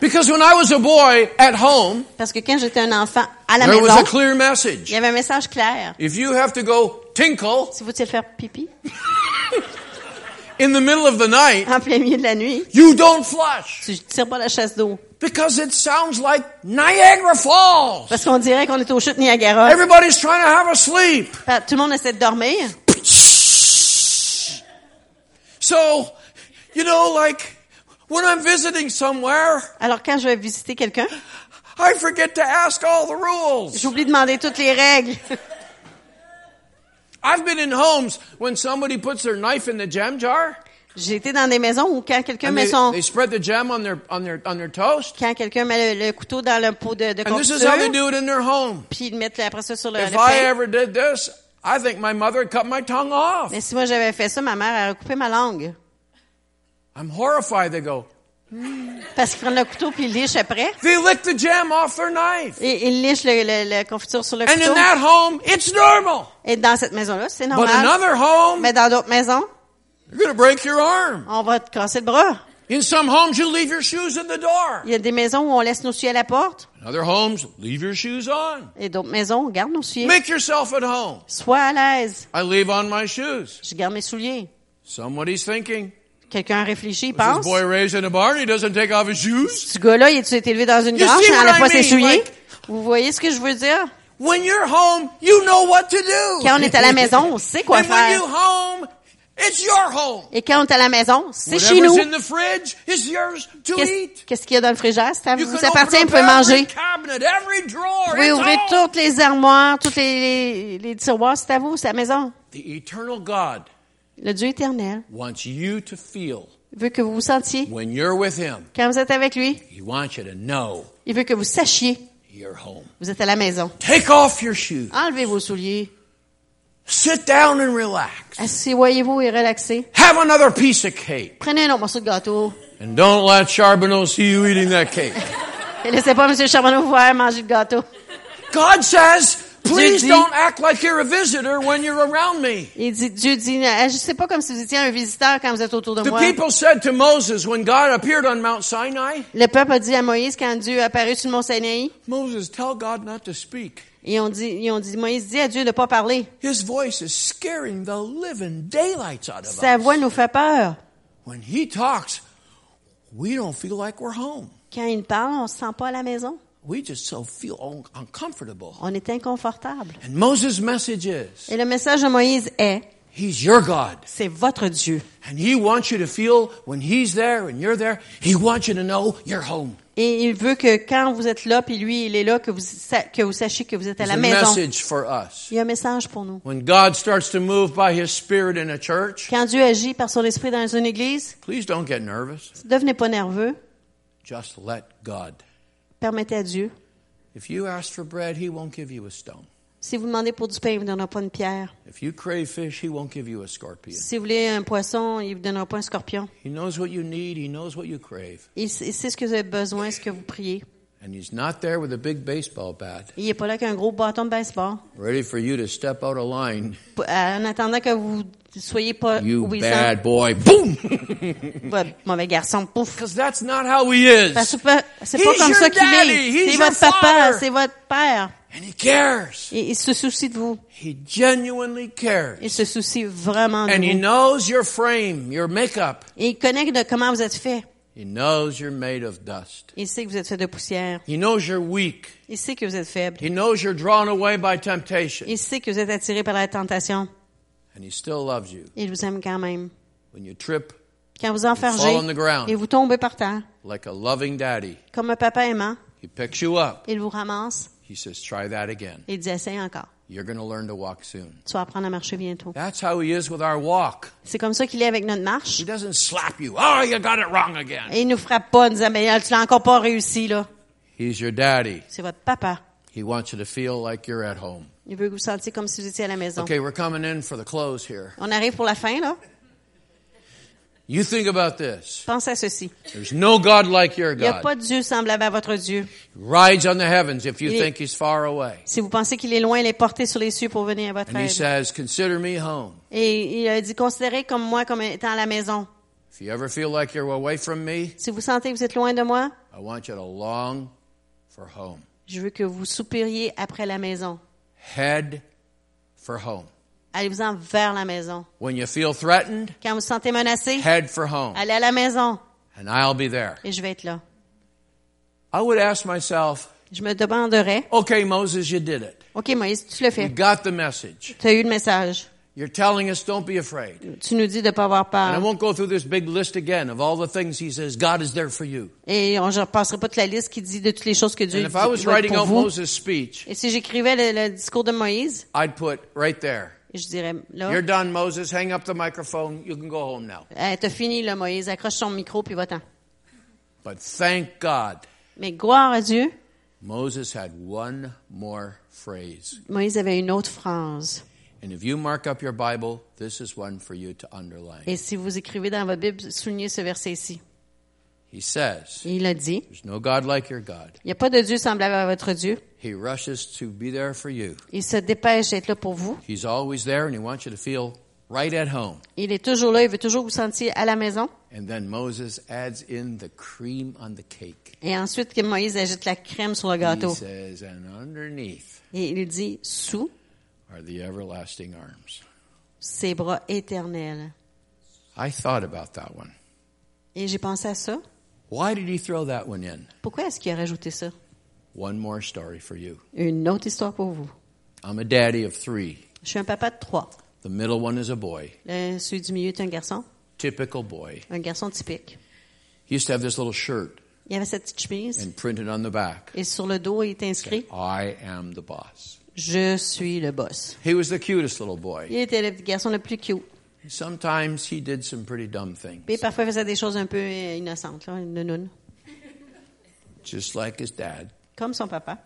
Because when I was a boy at home, Parce que quand j'étais un enfant à la there was maison, a clear il message. y avait un message clair. If you have to go tinkle Si vous voulez faire pipi in the middle of the night, en plein milieu de la nuit, you don't flush. tu ne tires pas la chasse d'eau. Because it sounds like Niagara Falls. Parce qu'on dirait qu'on est au chute Niagara. Everybody's trying to have a sleep. Fait- Tout le monde essaie de dormir. So, you know, like when I'm visiting somewhere, Alors quand je vais visiter quelqu'un, I forget to ask all the rules. j'oublie de demander toutes les règles. I've been in homes when somebody puts their knife in the jam jar J'ai été dans des maisons où quand quelqu'un and met they, son... they spread the jam on their on their on their toast. Quand quelqu'un met le, le couteau dans le pot de, de And this is how they do confiture, it in their home. puis ils mettent après ça sur le, le If I pain. ever did this, I think my mother would cut my tongue off. Mais si moi j'avais fait ça, ma mère aurait coupé ma langue. I'm horrified. They go, Parce qu'ils prennent le couteau puis ils lichent après. They lick the jam off their knife. Et ils lichent le, le- la confiture sur le And in couteau. that home, it's normal. Et dans cette maison-là, c'est But normal. another home, Mais dans d'autres maisons, you're going to break your arm. on va te casser le bras. In some homes, you leave your shoes in the door. Il y a des maisons où on laisse nos souliers à la porte. In other homes, leave your shoes on. Et d'autres maisons, on garde nos souliers. Make yourself at home. Sois à l'aise. I leave on my shoes. Je garde mes souliers. Somebody's thinking. Quelqu'un réfléchit, il This pense. boy raised in a barn, he doesn't take off his shoes. Ce gars-là, il est élevé dans une You grange, see il what enlève I pas ses mean, souliers. like- Vous voyez ce que je veux dire? When you're home, you know what to do. Quand on est à la maison, on sait quoi and when faire. you home, it's your home. Et quand on est à la maison, c'est chez Whatever's nous. in the fridge is yours to Qu'est-ce eat. qu'est-ce qu'il y a dans le frigère? Ça You vous can appartient, vous open pouvez up every manger. cabinet, every drawer. Vous pouvez it's ouvrir all- toutes les armoires, toutes les, les, les tiroirs, c'est à vous, c'est à la maison. The eternal God Le Dieu éternel wants you to feel veut que vous vous sentiez when you're with Him. quand vous êtes avec lui. He wants you to know Il veut que vous sachiez you're home. vous êtes à la maison. Take off your shoes. Enlevez vos souliers. Sit down and relax. Asseyez-vous et relaxez. Have another piece of cake. Prenez un autre morceau de gâteau. And don't let Charbonneau see you eating that cake. Et laissez pas M. Charbonneau vous faire manger le gâteau. God says, please Did he- don't act like you're a visitor when you're around me. Il dit, Dieu dit, Ah, sais pas comme si vous étiez un visiteur quand vous êtes autour de The moi. people said to Moses when God appeared on Mount Sinai, Le peuple a dit à Moïse quand Dieu est apparu sur le mont Sinaï, Moses, tell God not to speak. ils ont dit, ils ont dit, Moïse dit à Dieu de pas parler. His voice is scaring the living daylights out of Sa us. voix nous fait peur. When he talks, we don't feel like we're home. Quand il parle, on se sent pas à la maison. We just so feel un- uncomfortable. On est inconfortable. And Moses' message is, Et le message de Moïse est, he's your God. c'est votre Dieu. And he wants you to feel when he's there and you're there, he wants you to know you're home. Et il veut que quand vous êtes là, puis lui, il est là, que vous, sa- que vous sachiez que vous êtes à It's la a maison. message for us. Il y a un message pour nous. When God starts to move by his spirit in a church, Quand Dieu agit par son esprit dans une église, please don't get nervous. devenez pas nerveux. Just let God. Permettez à Dieu. If you ask for bread, he won't give you a stone. Si vous demandez pour du pain, il vous donnera pas une pierre. If you crave fish, he won't give you a scorpion. Si vous voulez un poisson, il vous donnera pas un scorpion. He knows what you need, he knows what you crave. Il s- il sait ce que vous avez besoin, ce que vous priez. And he's not there with a big baseball bat, Il n'est pas là qu'un gros bâton de baseball. ready for you to step out of line. P- En attendant que vous soyez pas You obéissant, bad boy. Boom! votre mauvais garçon, pouf. Because that's not how he is. Parce que c'est pas- c'est pas He's comme your ça qu'il daddy, he's est. C'est your votre papa, father. c'est votre père. And he cares. Et il se soucie de vous. He genuinely cares. Il se soucie vraiment de And he vous. knows your frame, your makeup. Et il connaît de comment vous êtes fait. He knows you're made of dust. Il sait que vous êtes fait de poussière. He knows you're weak. Il sait que vous êtes faible. He knows you're drawn away by temptation. Il sait que vous êtes attiré par la tentation. And he still loves you. Il vous aime quand même. When you trip Quand vous fall enfergez on the ground. et vous tombez par terre, like a loving daddy, comme un papa aimant, he picks you up. il vous ramasse He says, try that again. et il dit essaye encore. You're going to learn to walk soon. Tu vas apprendre à marcher bientôt. That's how he is with our walk. C'est comme ça qu'il est avec notre marche. He doesn't slap you. Oh, you got it wrong again. Et il nous frappe pas, en disant, mais là, tu l'as encore pas réussi, là. He's your daddy. C'est votre papa. He wants you to feel like you're at home. Il veut que vous sentiez comme si vous étiez à la maison. Okay, we're coming in for the close here. On arrive pour la fin, là. You think about this. Pensez à ceci. There's no God like your Il n'y a pas God. de Dieu semblable à votre Dieu. He rides on the heavens if you Il est- think he's far away. Si vous pensez qu'il est loin, il est porté sur les cieux pour venir à votre And he aide. says, consider me home. Et il a dit, considérez comme moi comme étant à la maison. If you ever feel like you're away from me, Si vous sentez que vous êtes loin de moi, I want you to long for home. je veux que vous soupiriez après la maison. Head for home. Allez-vous-en vers la maison. When you feel threatened, Quand vous vous sentez menacé, head for home. allez à la maison And I'll be there. et je vais être là. I would ask myself, Je me demanderais, okay, Moses, you did it. OK, Moïse, tu le You fais. got the message. Tu as eu le message. You're telling us don't be afraid. And Tu nous dis de pas avoir I peur. won't go through this big list again of all the things he says God is there for you. Et on ne repasserai pas toute la liste qui dit de toutes les choses que Dieu And dit if I was va être writing pour out vous. Moses' speech, Et si j'écrivais le, le discours de Moïse, I'd put right there, je dirais, là, you're done, Moses. Hang up the microphone. You can go home now. Hey, Eh, t'as fini, là, Moïse, accroche ton micro puis va-t'en. But thank God, Mais gloire à Dieu, Moses had one more phrase. Moïse avait une autre phrase. And if you mark up your Bible, this is one for you to underline. Et si vous écrivez dans votre Bible, soulignez ce verset ici. He says, Il a dit, There's no God like your God. il n'y a pas de Dieu semblable à votre Dieu. He rushes to be there for you. Il se dépêche d'être là pour vous. He's always there and he wants you to feel right at home. Il est toujours là, il veut toujours vous sentir à la maison. And then Moses adds in the cream on the cake. Et ensuite, que Moïse ajoute la crème sur le He gâteau. says, And underneath Et il dit, sous are the everlasting arms. ses bras éternels. I thought about that one. Et j'ai pensé à ça. Why did he throw that one in? Pourquoi est-ce qu'il a rajouté ça? One more story for you. Une autre histoire pour vous. I'm a daddy of three. Je suis un papa de trois. The middle one is a boy, Le, celui du milieu est un garçon, typical boy. un garçon typique. He used to have this little shirt Il avait cette petite chemise and printed on the back, et sur le dos, il est inscrit I am the boss. Je suis le boss. He was the cutest little boy. Il était le garçon le plus cute. Sometimes he did some pretty dumb things, Puis parfois, il faisait des choses un peu euh, innocentes, là, une nounoune, just like his dad. comme son papa.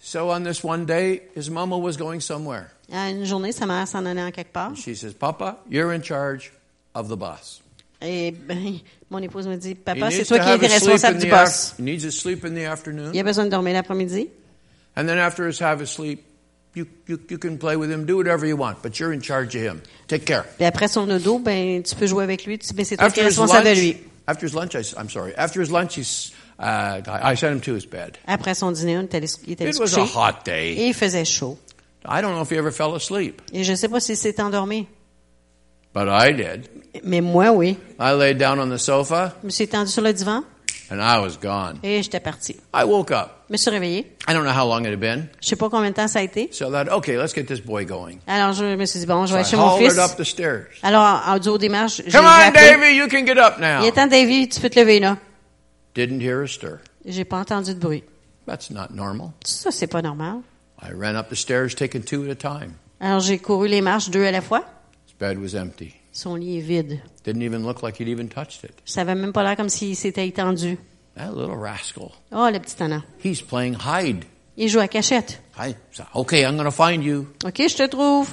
So on this one day, his mama was going somewhere. À une journée, sa mère s'en allait en quelque part. She says, Papa, you're in charge of the boss. Et ben, mon épouse me dit, He papa, c'est needs toi to qui have es his sleep in responsable du the boss. af- he needs his sleep in the Il afternoon. a besoin de dormir l'après-midi. And then after his have his sleep, you, you, you can play with him, do whatever you want, but you're in charge of him. Take care. Puis après son dodo, ben, tu peux jouer avec lui, tu- mais c'est toi After qui es his responsable de lunch, lui. after his lunch, I, am sorry. After his lunch, he's, uh, I I sent him to his bed. Après son dîner, on est allé, il est allé It se was a coucher. hot day. Et il faisait chaud. I don't know if he ever fell asleep, Et je sais pas s'il s'est endormi. but I did. Mais moi, oui. I laid down on the sofa Je me suis étendue sur le divan and I was gone. et j'étais partie. I woke up. Je me suis réveillée. I don't know how long it had been. Je sais pas combien de temps ça a été. So I thought, okay, let's get this boy going. Alors, je me suis dit, bon, je So vais I aller chez mon hollered fils. up the stairs. Alors, en, en duo des marches, je- je Come l'ai on, appelé. Davy, you can get up Il est now. temps, Davy, tu peux te lever, là. Didn't hear a stir. J'ai pas entendu de bruit. That's not normal. Ça, c'est pas normal. I ran up the stairs, taking two at a time. Alors, j'ai couru les marches deux à la fois. His bed was empty. Son lit est vide. Didn't even look like he'd even touched it. Ça avait même pas l'air comme s'il s'était étendu. That little rascal. Oh, le petit tannant. He's playing hide. Il joue à cachette. I said, okay, I'm going to find you. OK, je te trouve.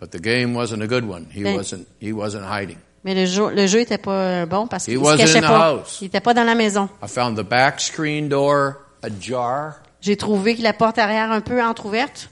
But the game wasn't a good one. He Hey. wasn't. He wasn't hiding. Mais le jeu, le jeu était pas euh, bon parce He qu'il se wasn't cachait in the pas. house. Il était pas dans la maison. I found the back screen door ajar. J'ai trouvé que la porte arrière un peu entrouverte.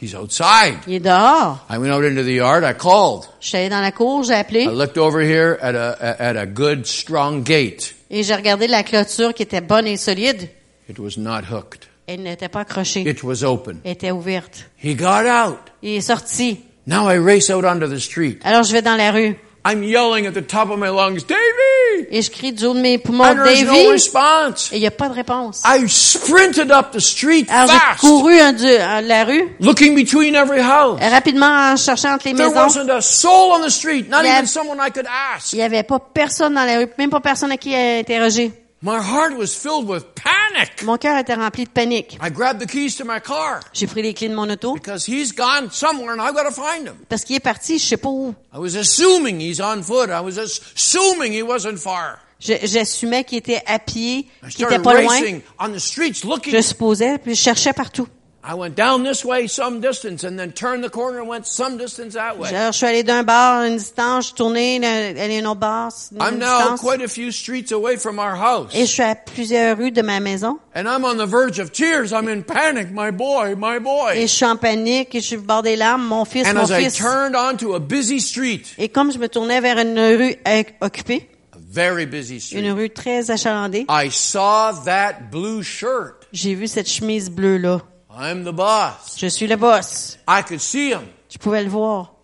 He's outside. Il est dehors. I went out into the yard. I called. Je suis allée dans la cour, j'ai appelé I looked over here at a at a good strong gate. et j'ai regardé la clôture qui était bonne et solide. It was not hooked. Elle n'était pas accrochée. It was open. Elle était ouverte. He got out. Il est sorti. Now I race out onto the street. Alors je vais dans la rue I'm yelling at the top of my lungs, Davy! et je crie du haut de mes poumons, And there's no Davy. response. Et il n'y a pas de réponse. I sprinted up the street Alors j'ai fast, couru en, du- en la rue looking between every house. rapidement en cherchant entre les There maisons. wasn't a soul on the street, not Yeah. even someone I could ask. Il n'y avait pas personne dans la rue, même pas personne à qui interroger. My heart was filled with panic. Mon cœur était rempli de panique. I grabbed the keys to my car J'ai pris les clés de mon auto because he's gone somewhere and I've got to find him. parce qu'il est parti, je sais pas où. I was assuming he's on foot. I was assuming he wasn't far. Je- J'assumais qu'il était à pied, I qu'il était started pas loin. racing on the streets looking. Je supposais, puis je cherchais partout. I went down this way some distance and then turned the corner and went some distance that way. Alors, je suis allée d'un bar à une distance, je suis tournée, elle est une autre bar, une I'm autre now distance. quite a few streets away from our house. Et je suis à plusieurs rues de ma maison. And I'm on the verge of tears. I'm in panic. My boy, my Et boy. je suis en panique, et je suis au bord des larmes, mon fils, And mon as I fils. turned onto a busy street, Et comme je me tournais vers une rue euh, occupée, a very busy une street, rue très achalandée, I saw that blue shirt. j'ai vu cette chemise bleue-là. I'm the boss. Je suis le boss. I could see him. Je pouvais le voir.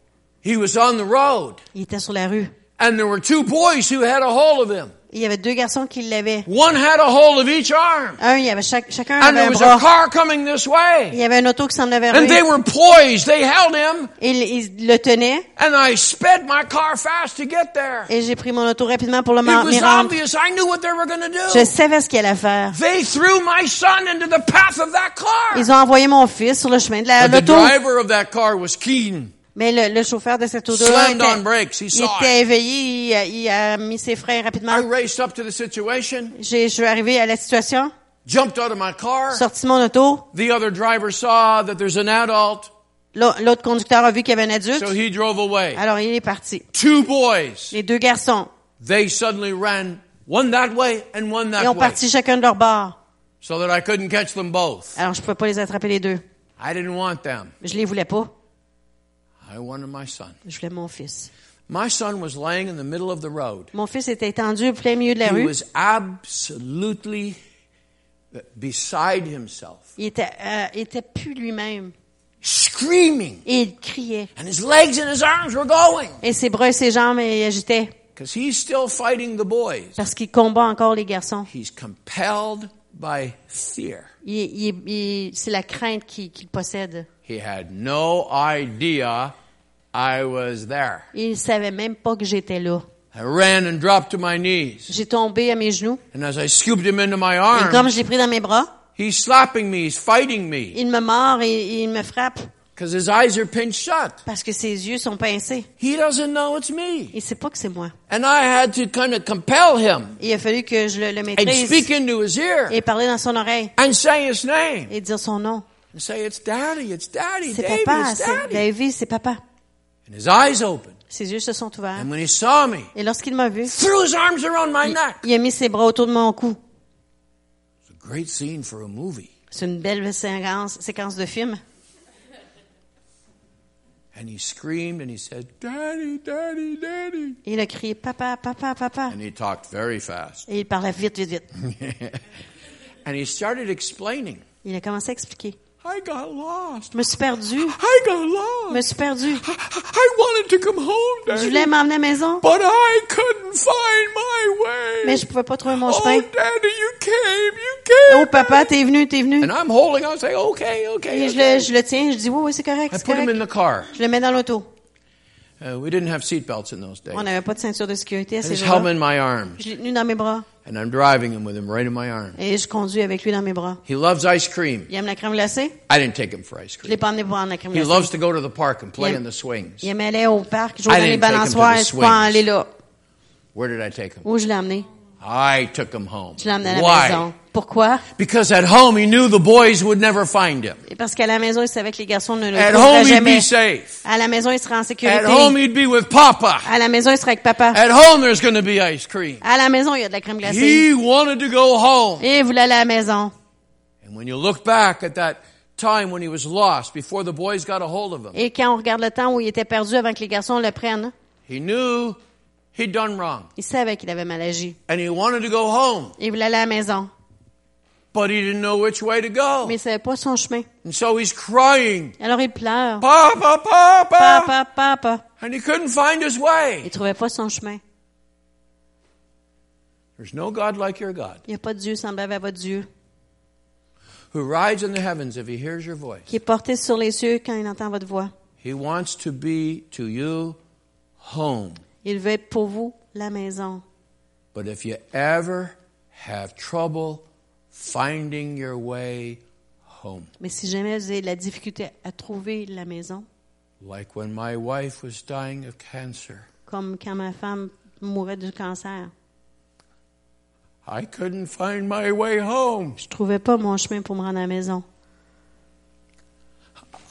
He was on the road. Il était sur la rue. And there were two boys who had a hold of him. Il y avait deux garçons qui l'avaient. One had a hold of each arm. Un, il y avait chaque- chacun And avait there un was a bras. car coming this Il way. y avait un auto qui s'en allait vers And lui. they were poised. They held him. Et il, il le tenait. And I sped my car fast to get there. Et j'ai pris mon auto rapidement pour le It m'en- m'y was rendre. obvious. I knew what they were going to do. Je savais ce qu'il allait faire. They threw my son into the path of that car. Ils ont envoyé mon fils sur le chemin de la- But the l'auto. driver of that car was keen. Mais le, le chauffeur de cette auto Slammed était, on brakes, Ah, he il saw était éveillé. Il, a- il a mis ses freins I rapidement. raced up to the situation, J'ai- Je suis arrivé à la situation. jumped out of my car. Sorti mon auto. The other driver saw that there's an adult, L'au- L'autre conducteur a vu qu'il y avait un adulte. so he drove away. Alors il est parti. Two boys, Les deux garçons, they suddenly ran One that way and one Ils that ont way. parti chacun de leur bord. So that I couldn't catch them both. Alors, je pouvais pas les attraper les deux. I didn't want them. Je les voulais pas. I wanted my son. Je voulais mon fils. My son was laying in the middle of the road. Mon fils était étendu au plein milieu de la He rue. was absolutely beside himself, Il était, euh, il était plus lui-même. screaming, Et il criait. and his legs and his arms were going Et ses bras et ses jambes, il agitait. because he's still fighting the boys. Parce qu'il combat encore les garçons. He's compelled by fear. Il, il- il- c'est la crainte qui, qui le possède. He had no idea I was there. Il savait même pas que j'étais là. I ran and dropped to my knees, J'ai tombé à mes genoux. and as I scooped him into my Et comme arms, je l'ai pris dans mes bras, he's slapping me, he's fighting me il me mord et, et il me frappe. because his eyes are pinched shut. Parce que ses yeux sont pincés. He doesn't know it's me. Il sait pas que c'est moi. And I had to kind of compel him Il a fallu que je le, le and speak maîtrise. into his ear Et parler dans son oreille. and say his name Et dire son nom. and say, It's daddy, it's daddy, C'est David, papa. it's C'est daddy. David, c'est papa. And his eyes opened. Ses yeux se sont ouverts. And when he saw me, Et lorsqu'il m'a vu, threw his arms around my neck. il a mis ses bras autour de mon cou. It's a great scene for a movie. C'est une belle séquence, séquence de film. And he screamed and he said, Daddy, daddy, daddy. Et il a crié papa, papa, papa. And he talked very fast. Et il parlait vite, vite, vite. And he started explaining. Il a commencé à expliquer. I got lost. Je me suis I perdu. Je got me lost. suis perdu. I wanted to come home, Je daddy. voulais m'emmener à la maison, But I couldn't find my way. mais je pouvais pas trouver mon oh, chemin. Daddy, you came, you came. Oh papa, t'es venu, t'es venu. And I'm holding on, saying, okay, okay. Et je okay. le, je le tiens. Je dis oui, oui, c'est correct, I c'est put him in correct. the car. Je le mets dans l'auto. Uh, we didn't have seatbelts in those days. On n'avait pas de ceinture de sécurité à I ces just held him jours in my arms, Je l'ai tenu dans mes bras and I'm driving him with him right in my arm. et je conduis avec lui dans mes bras. He loves ice cream. Il aime la crème glacée. I didn't take him for ice Je l'ai cream. pas emmené pour prendre la crème He glacée. loves to go to the park and play Yeah. in the swings. Il aimait aller au parc, jouer I dans les didn't take him to balançoires. the Je peux en swings. aller là. Where did I take him? Où je l'ai emmené? I took him home. Je l'ai emmené à la Why? maison. Pourquoi? Because at home he knew the boys would never find him. Et Parce qu'à la maison, il savait que les garçons ne le At trouveraient home he'd jamais. be safe. À la maison, il serait en At sécurité. home he'd be with Papa. À la maison, il serait avec papa. At home, there's going to be ice cream. À la maison, il y a de la crème glacée. He wanted to go home. Et il voulait aller à la maison. And when you look back at that time when he was lost, before the boys got a hold of him, Et quand on regarde le temps où il était perdu avant que les garçons le prennent, he knew he'd done wrong. il savait qu'il avait mal agi. And he wanted to go home, Il voulait aller à la maison. but he didn't know which way to go. Mais il savait pas son chemin. And so he's crying, Alors il pleure. Papa, Papa! Papa, papa. And he couldn't find his Il way. trouvait pas son chemin. There's no God like your God Il n'y a pas de Dieu semblable à votre Dieu. who rides in the heavens if he hears your voice. Qui est porté sur les cieux quand il entend votre voix. He wants to be to you home. Il veut être pour vous la maison. But if you ever have trouble finding your way home, Mais si jamais vous avez de la difficulté à trouver la maison, like when my wife was dying of cancer, comme quand ma femme mourait du cancer, I couldn't find my way home. je trouvais pas mon chemin pour me rendre à la maison.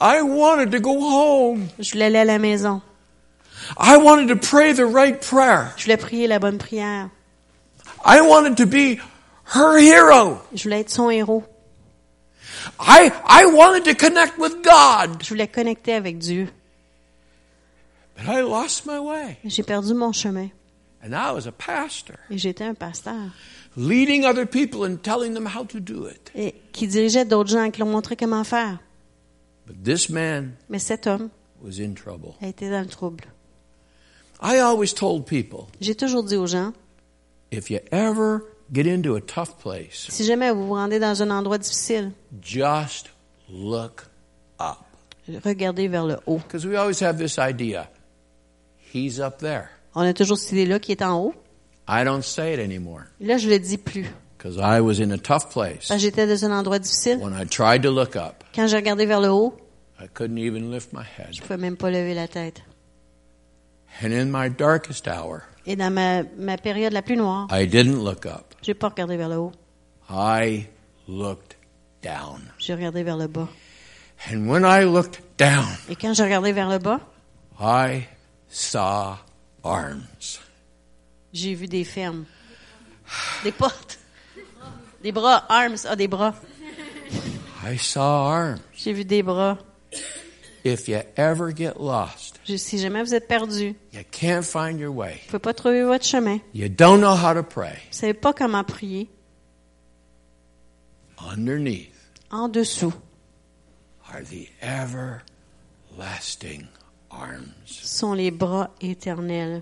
I wanted to go home. Je voulais aller à la maison. I wanted to pray the right prayer. Je voulais prier la bonne prière. I wanted to be her hero. Je voulais être son héros. I, I wanted to connect with God. Je voulais connecter avec Dieu. But I lost my way. J'ai perdu mon chemin And I was a pastor, et j'étais un pasteur leading other people and telling them how to do it. et qui dirigeait d'autres gens qui leur montraient comment faire. But this man Mais cet homme was in trouble. a été dans le trouble. I always told people J'ai toujours dit aux gens, if you ever get into a tough place, si jamais vous vous rendez dans un endroit difficile, just look up. regardez vers le haut. Because we always have this idea he's up there. On a toujours cette idée-là qui est en haut. I don't say it anymore Là, je le dis plus. because I was in a tough place. Parce que j'étais dans un endroit difficile. When I tried to look up, Quand j'ai regardé vers le haut, I couldn't even lift my head. je pouvais même pas lever la tête. And in my darkest hour, Et dans ma, ma période la plus noire, I didn't look up. j'ai pas regardé vers le haut. I looked down. J'ai regardé vers le bas. And when I looked down, Et quand j'ai regardé vers le bas, I saw arms. j'ai vu des fermes. Des portes. Des bras. Arms. Ah, des bras. I saw arms. J'ai vu des bras. If you ever get lost, Je- Si jamais vous êtes perdu, vous you can't find your way, pouvez pas trouver votre chemin, vous you don't know how to pray, savez pas comment prier, underneath en dessous are the everlasting arms. sont les bras éternels.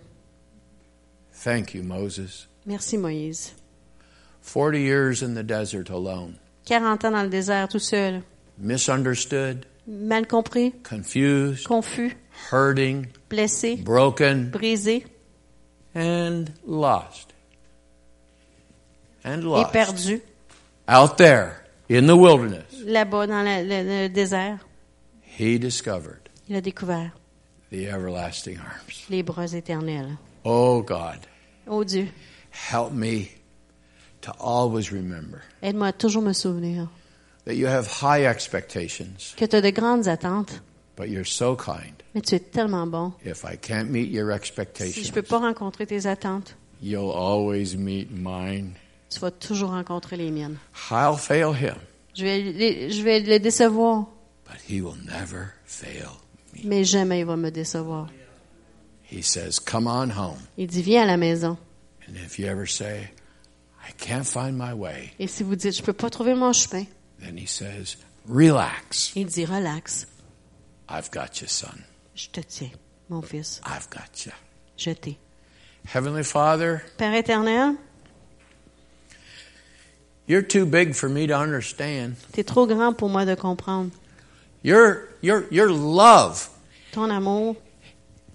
Thank you, Moses. Merci Moïse. 40 years in the desert alone, 40 ans dans le désert tout seul, misunderstood, mal compris, confused, confus, hurting, blessé, broken, brisé and lost. And et lost. perdu Out there in the wilderness, là-bas dans la- le, le désert. he discovered Il a découvert the everlasting arms. les bras éternels. Oh God, Oh Dieu, help me to always remember aide-moi à toujours me souvenir that you have high expectations, que tu as de grandes attentes, but you're so kind. mais tu es tellement bon. If I can't meet your Si expectations, je peux pas rencontrer tes attentes, you'll always meet mine. tu vas toujours rencontrer les miennes. I'll fail him, Je vais, les- je vais le décevoir, but he will never fail. mais jamais il va me décevoir. He says, Come on home. Il dit, viens à la maison. And if you ever say, I can't find my way, Et si vous dites, je peux pas trouver mon chemin, then he says, Relax. il dit, relax, I've got you, son. je te tiens, mon fils, I've got you. je t'ai. Heavenly Father, Père éternel, you're too big for me to understand. tu es trop grand pour moi de comprendre. Your, your, your love Ton amour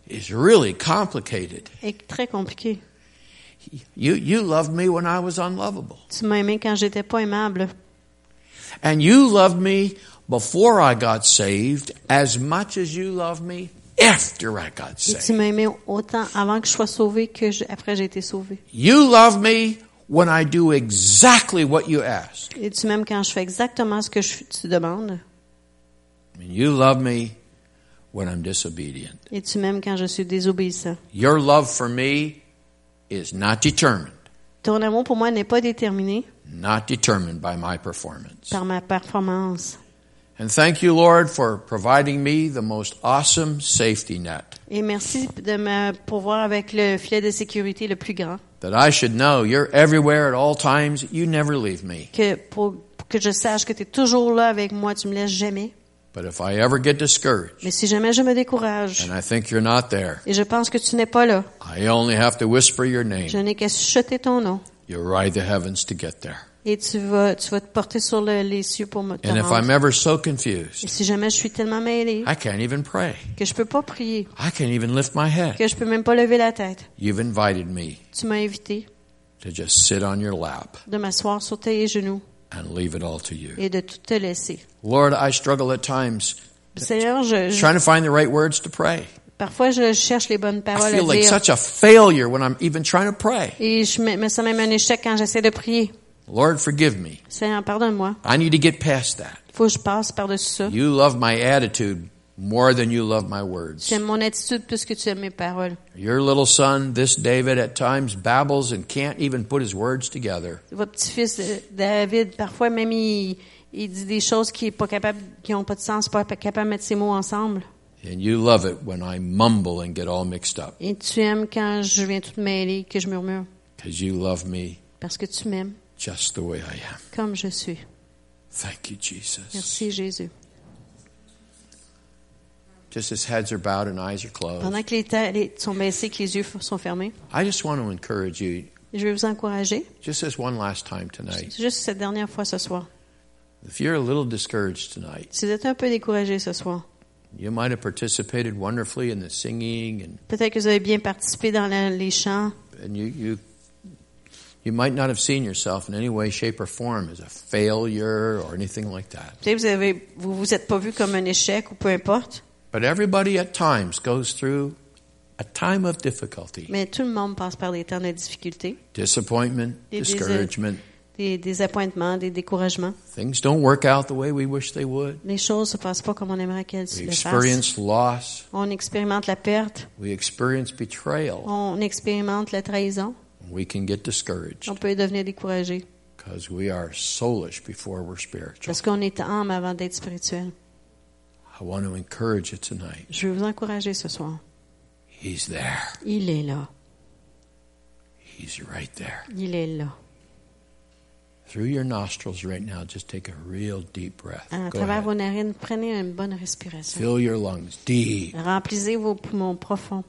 is really complicated. est très compliqué. You, you loved me when I was unlovable. Tu m'as aimé quand j'étais pas aimable. And you loved me before I got saved as much as you loved me after I got Et tu saved. m'as aimé autant avant que je sois sauvé que je- après j'ai été sauvé. You love me when I do exactly what you ask. Et tu m'aimes quand je fais exactement ce que je- tu demandes. And you love me when I'm disobedient. Et tu m'aimes quand je suis désobéissant. Your love for me is not determined, Ton amour pour moi n'est pas déterminé not determined by my performance. par ma performance. And thank you, Lord, for providing me the most awesome safety net Et merci de me pourvoir avec le filet de sécurité le plus grand, that I should know you're everywhere at all times. You never leave me. que pour, pour que je sache que tu es toujours là avec moi, tu me laisses jamais. But if I ever get discouraged, Mais si jamais je me décourage and I think you're not there. et je pense que tu n'es pas là, I only have to whisper your name. je n'ai qu'à chuter ton nom You ride the heavens to get there. et tu vas tu vas te porter sur le- les cieux pour me te And if I'm rendre. ever so Et confused, si jamais je suis tellement mêlée I can't even pray. que je peux pas prier, I can't even lift my head. que je peux même pas lever la tête, You've invited me tu m'as invité to just sit on your lap de m'asseoir sur tes genoux and leave it all to you. et de tout te laisser. Lord, I struggle at times Seigneur, je, je- trying to find the right words to pray. parfois je cherche les bonnes I paroles à feel like dire. such a failure when I'm even trying to pray. Et je me, me sens même un échec quand j'essaie de prier. Lord, forgive me. Seigneur, pardonne-moi. I need to get past that. Faut que je passe par-dessus ça. You love my attitude more than you love my words. Tu aimes mon attitude plus que tu aimes mes paroles. Your little son, this David, at times babbles and can't even put his words together. Votre petit-fils euh, David, parfois même il, il dit des choses qui est pas capable, qui n'ont pas de sens, pas capable de mettre ses mots ensemble. And you love it when I mumble and get all mixed up Et tu aimes quand je viens tout mêler, que je murmure, because you love me parce que tu m'aimes just the way I am. comme je suis. Thank you, Jesus. Merci Jésus. Just as heads are bowed and eyes are closed, Pendant que les têtes sont baissées, que les yeux f- sont fermés, I just want to encourage you, je vais vous encourager, just this one last time tonight. juste cette dernière fois ce soir. If you're a little discouraged tonight, Si vous êtes un peu découragé ce soir, you might have participated wonderfully in the singing and, Peut-être que vous avez bien participé dans la- les chants. and you, you, you might not have seen yourself in any way, shape, or form as a failure or anything like that. Peut-être que vous avez, vous vous êtes pas vu comme un échec ou peu importe. But everybody at times goes through a time of difficulty, Mais tout le monde passe par des temps de difficulté, disappointment, Des désirs. discouragement. des désappointements, des découragements. Things don't work out the way we wish they would. Les choses se passent pas comme on aimerait qu'elles se We le fassent. experience loss. On expérimente la perte, We experience betrayal. on expérimente la trahison, we can get discouraged On peut devenir découragé because we are soulish before we're spiritual. parce qu'on est âme avant d'être spirituel. I want to encourage you tonight. Je veux vous encourager ce soir. He's there. Il est là. He's right there. Il est là. Through your nostrils right now, just take a real deep breath. À Go travers ahead. vos narines, prenez une bonne respiration. Fill your lungs deep. Remplissez vos poumons profonds.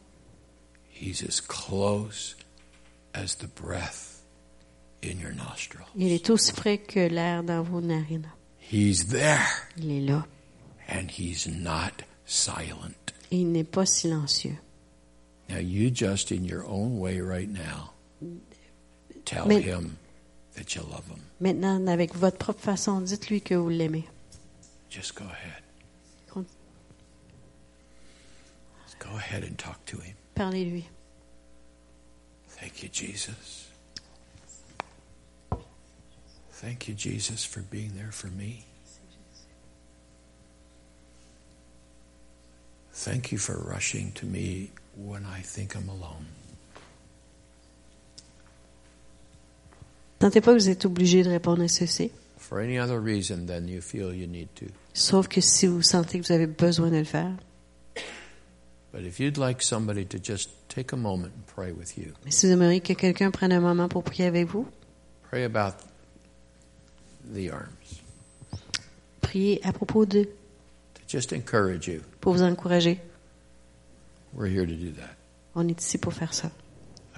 He's as close as the breath in your nostril. Il est aussi près que l'air dans vos narines. He's there Il est là. and he's not silent. Et il n'est pas silencieux. Now, you just in your own way right now tell Mais- him that you love him. Maintenant, avec votre propre façon, dites-lui que vous l'aimez. Just go ahead. Con- Just go ahead and talk to him. Parlez-lui. Thank you, Jesus. Thank you, Jesus, for being there for me. Thank you for rushing to me when I think I'm alone. Tentez pas que vous êtes obligé de répondre à ceci, For any other reason than you feel you need to. sauf que si vous sentez que vous avez besoin de le faire. But if you'd like somebody to just take a moment and pray with you, Mais si vous aimeriez que quelqu'un prenne un moment pour prier avec vous, pray about the arms, priez à propos d'eux to just encourage you. pour vous encourager. We're here to do that. On est ici pour faire ça.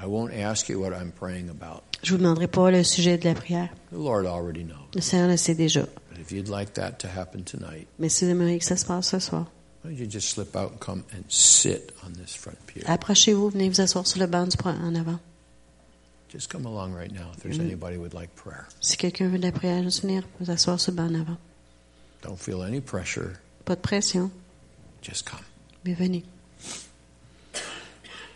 I won't ask you what I'm praying about. Je vous demanderai pas le sujet de la prière. The Lord already knows. Le Seigneur le sait déjà. But if you'd like that to happen tonight, Mais si vous aimeriez que ça se passe ce soir, why don't you just slip out and come and sit on this front pew? Uh, approchez-vous, venez vous asseoir sur le banc du point en avant. Just come along right now if there's anybody who would like prayer. Si quelqu'un veut de la prière, juste venir vous asseoir sur le banc en avant. Don't feel any pressure. Pas de pression, Just come. mais venez.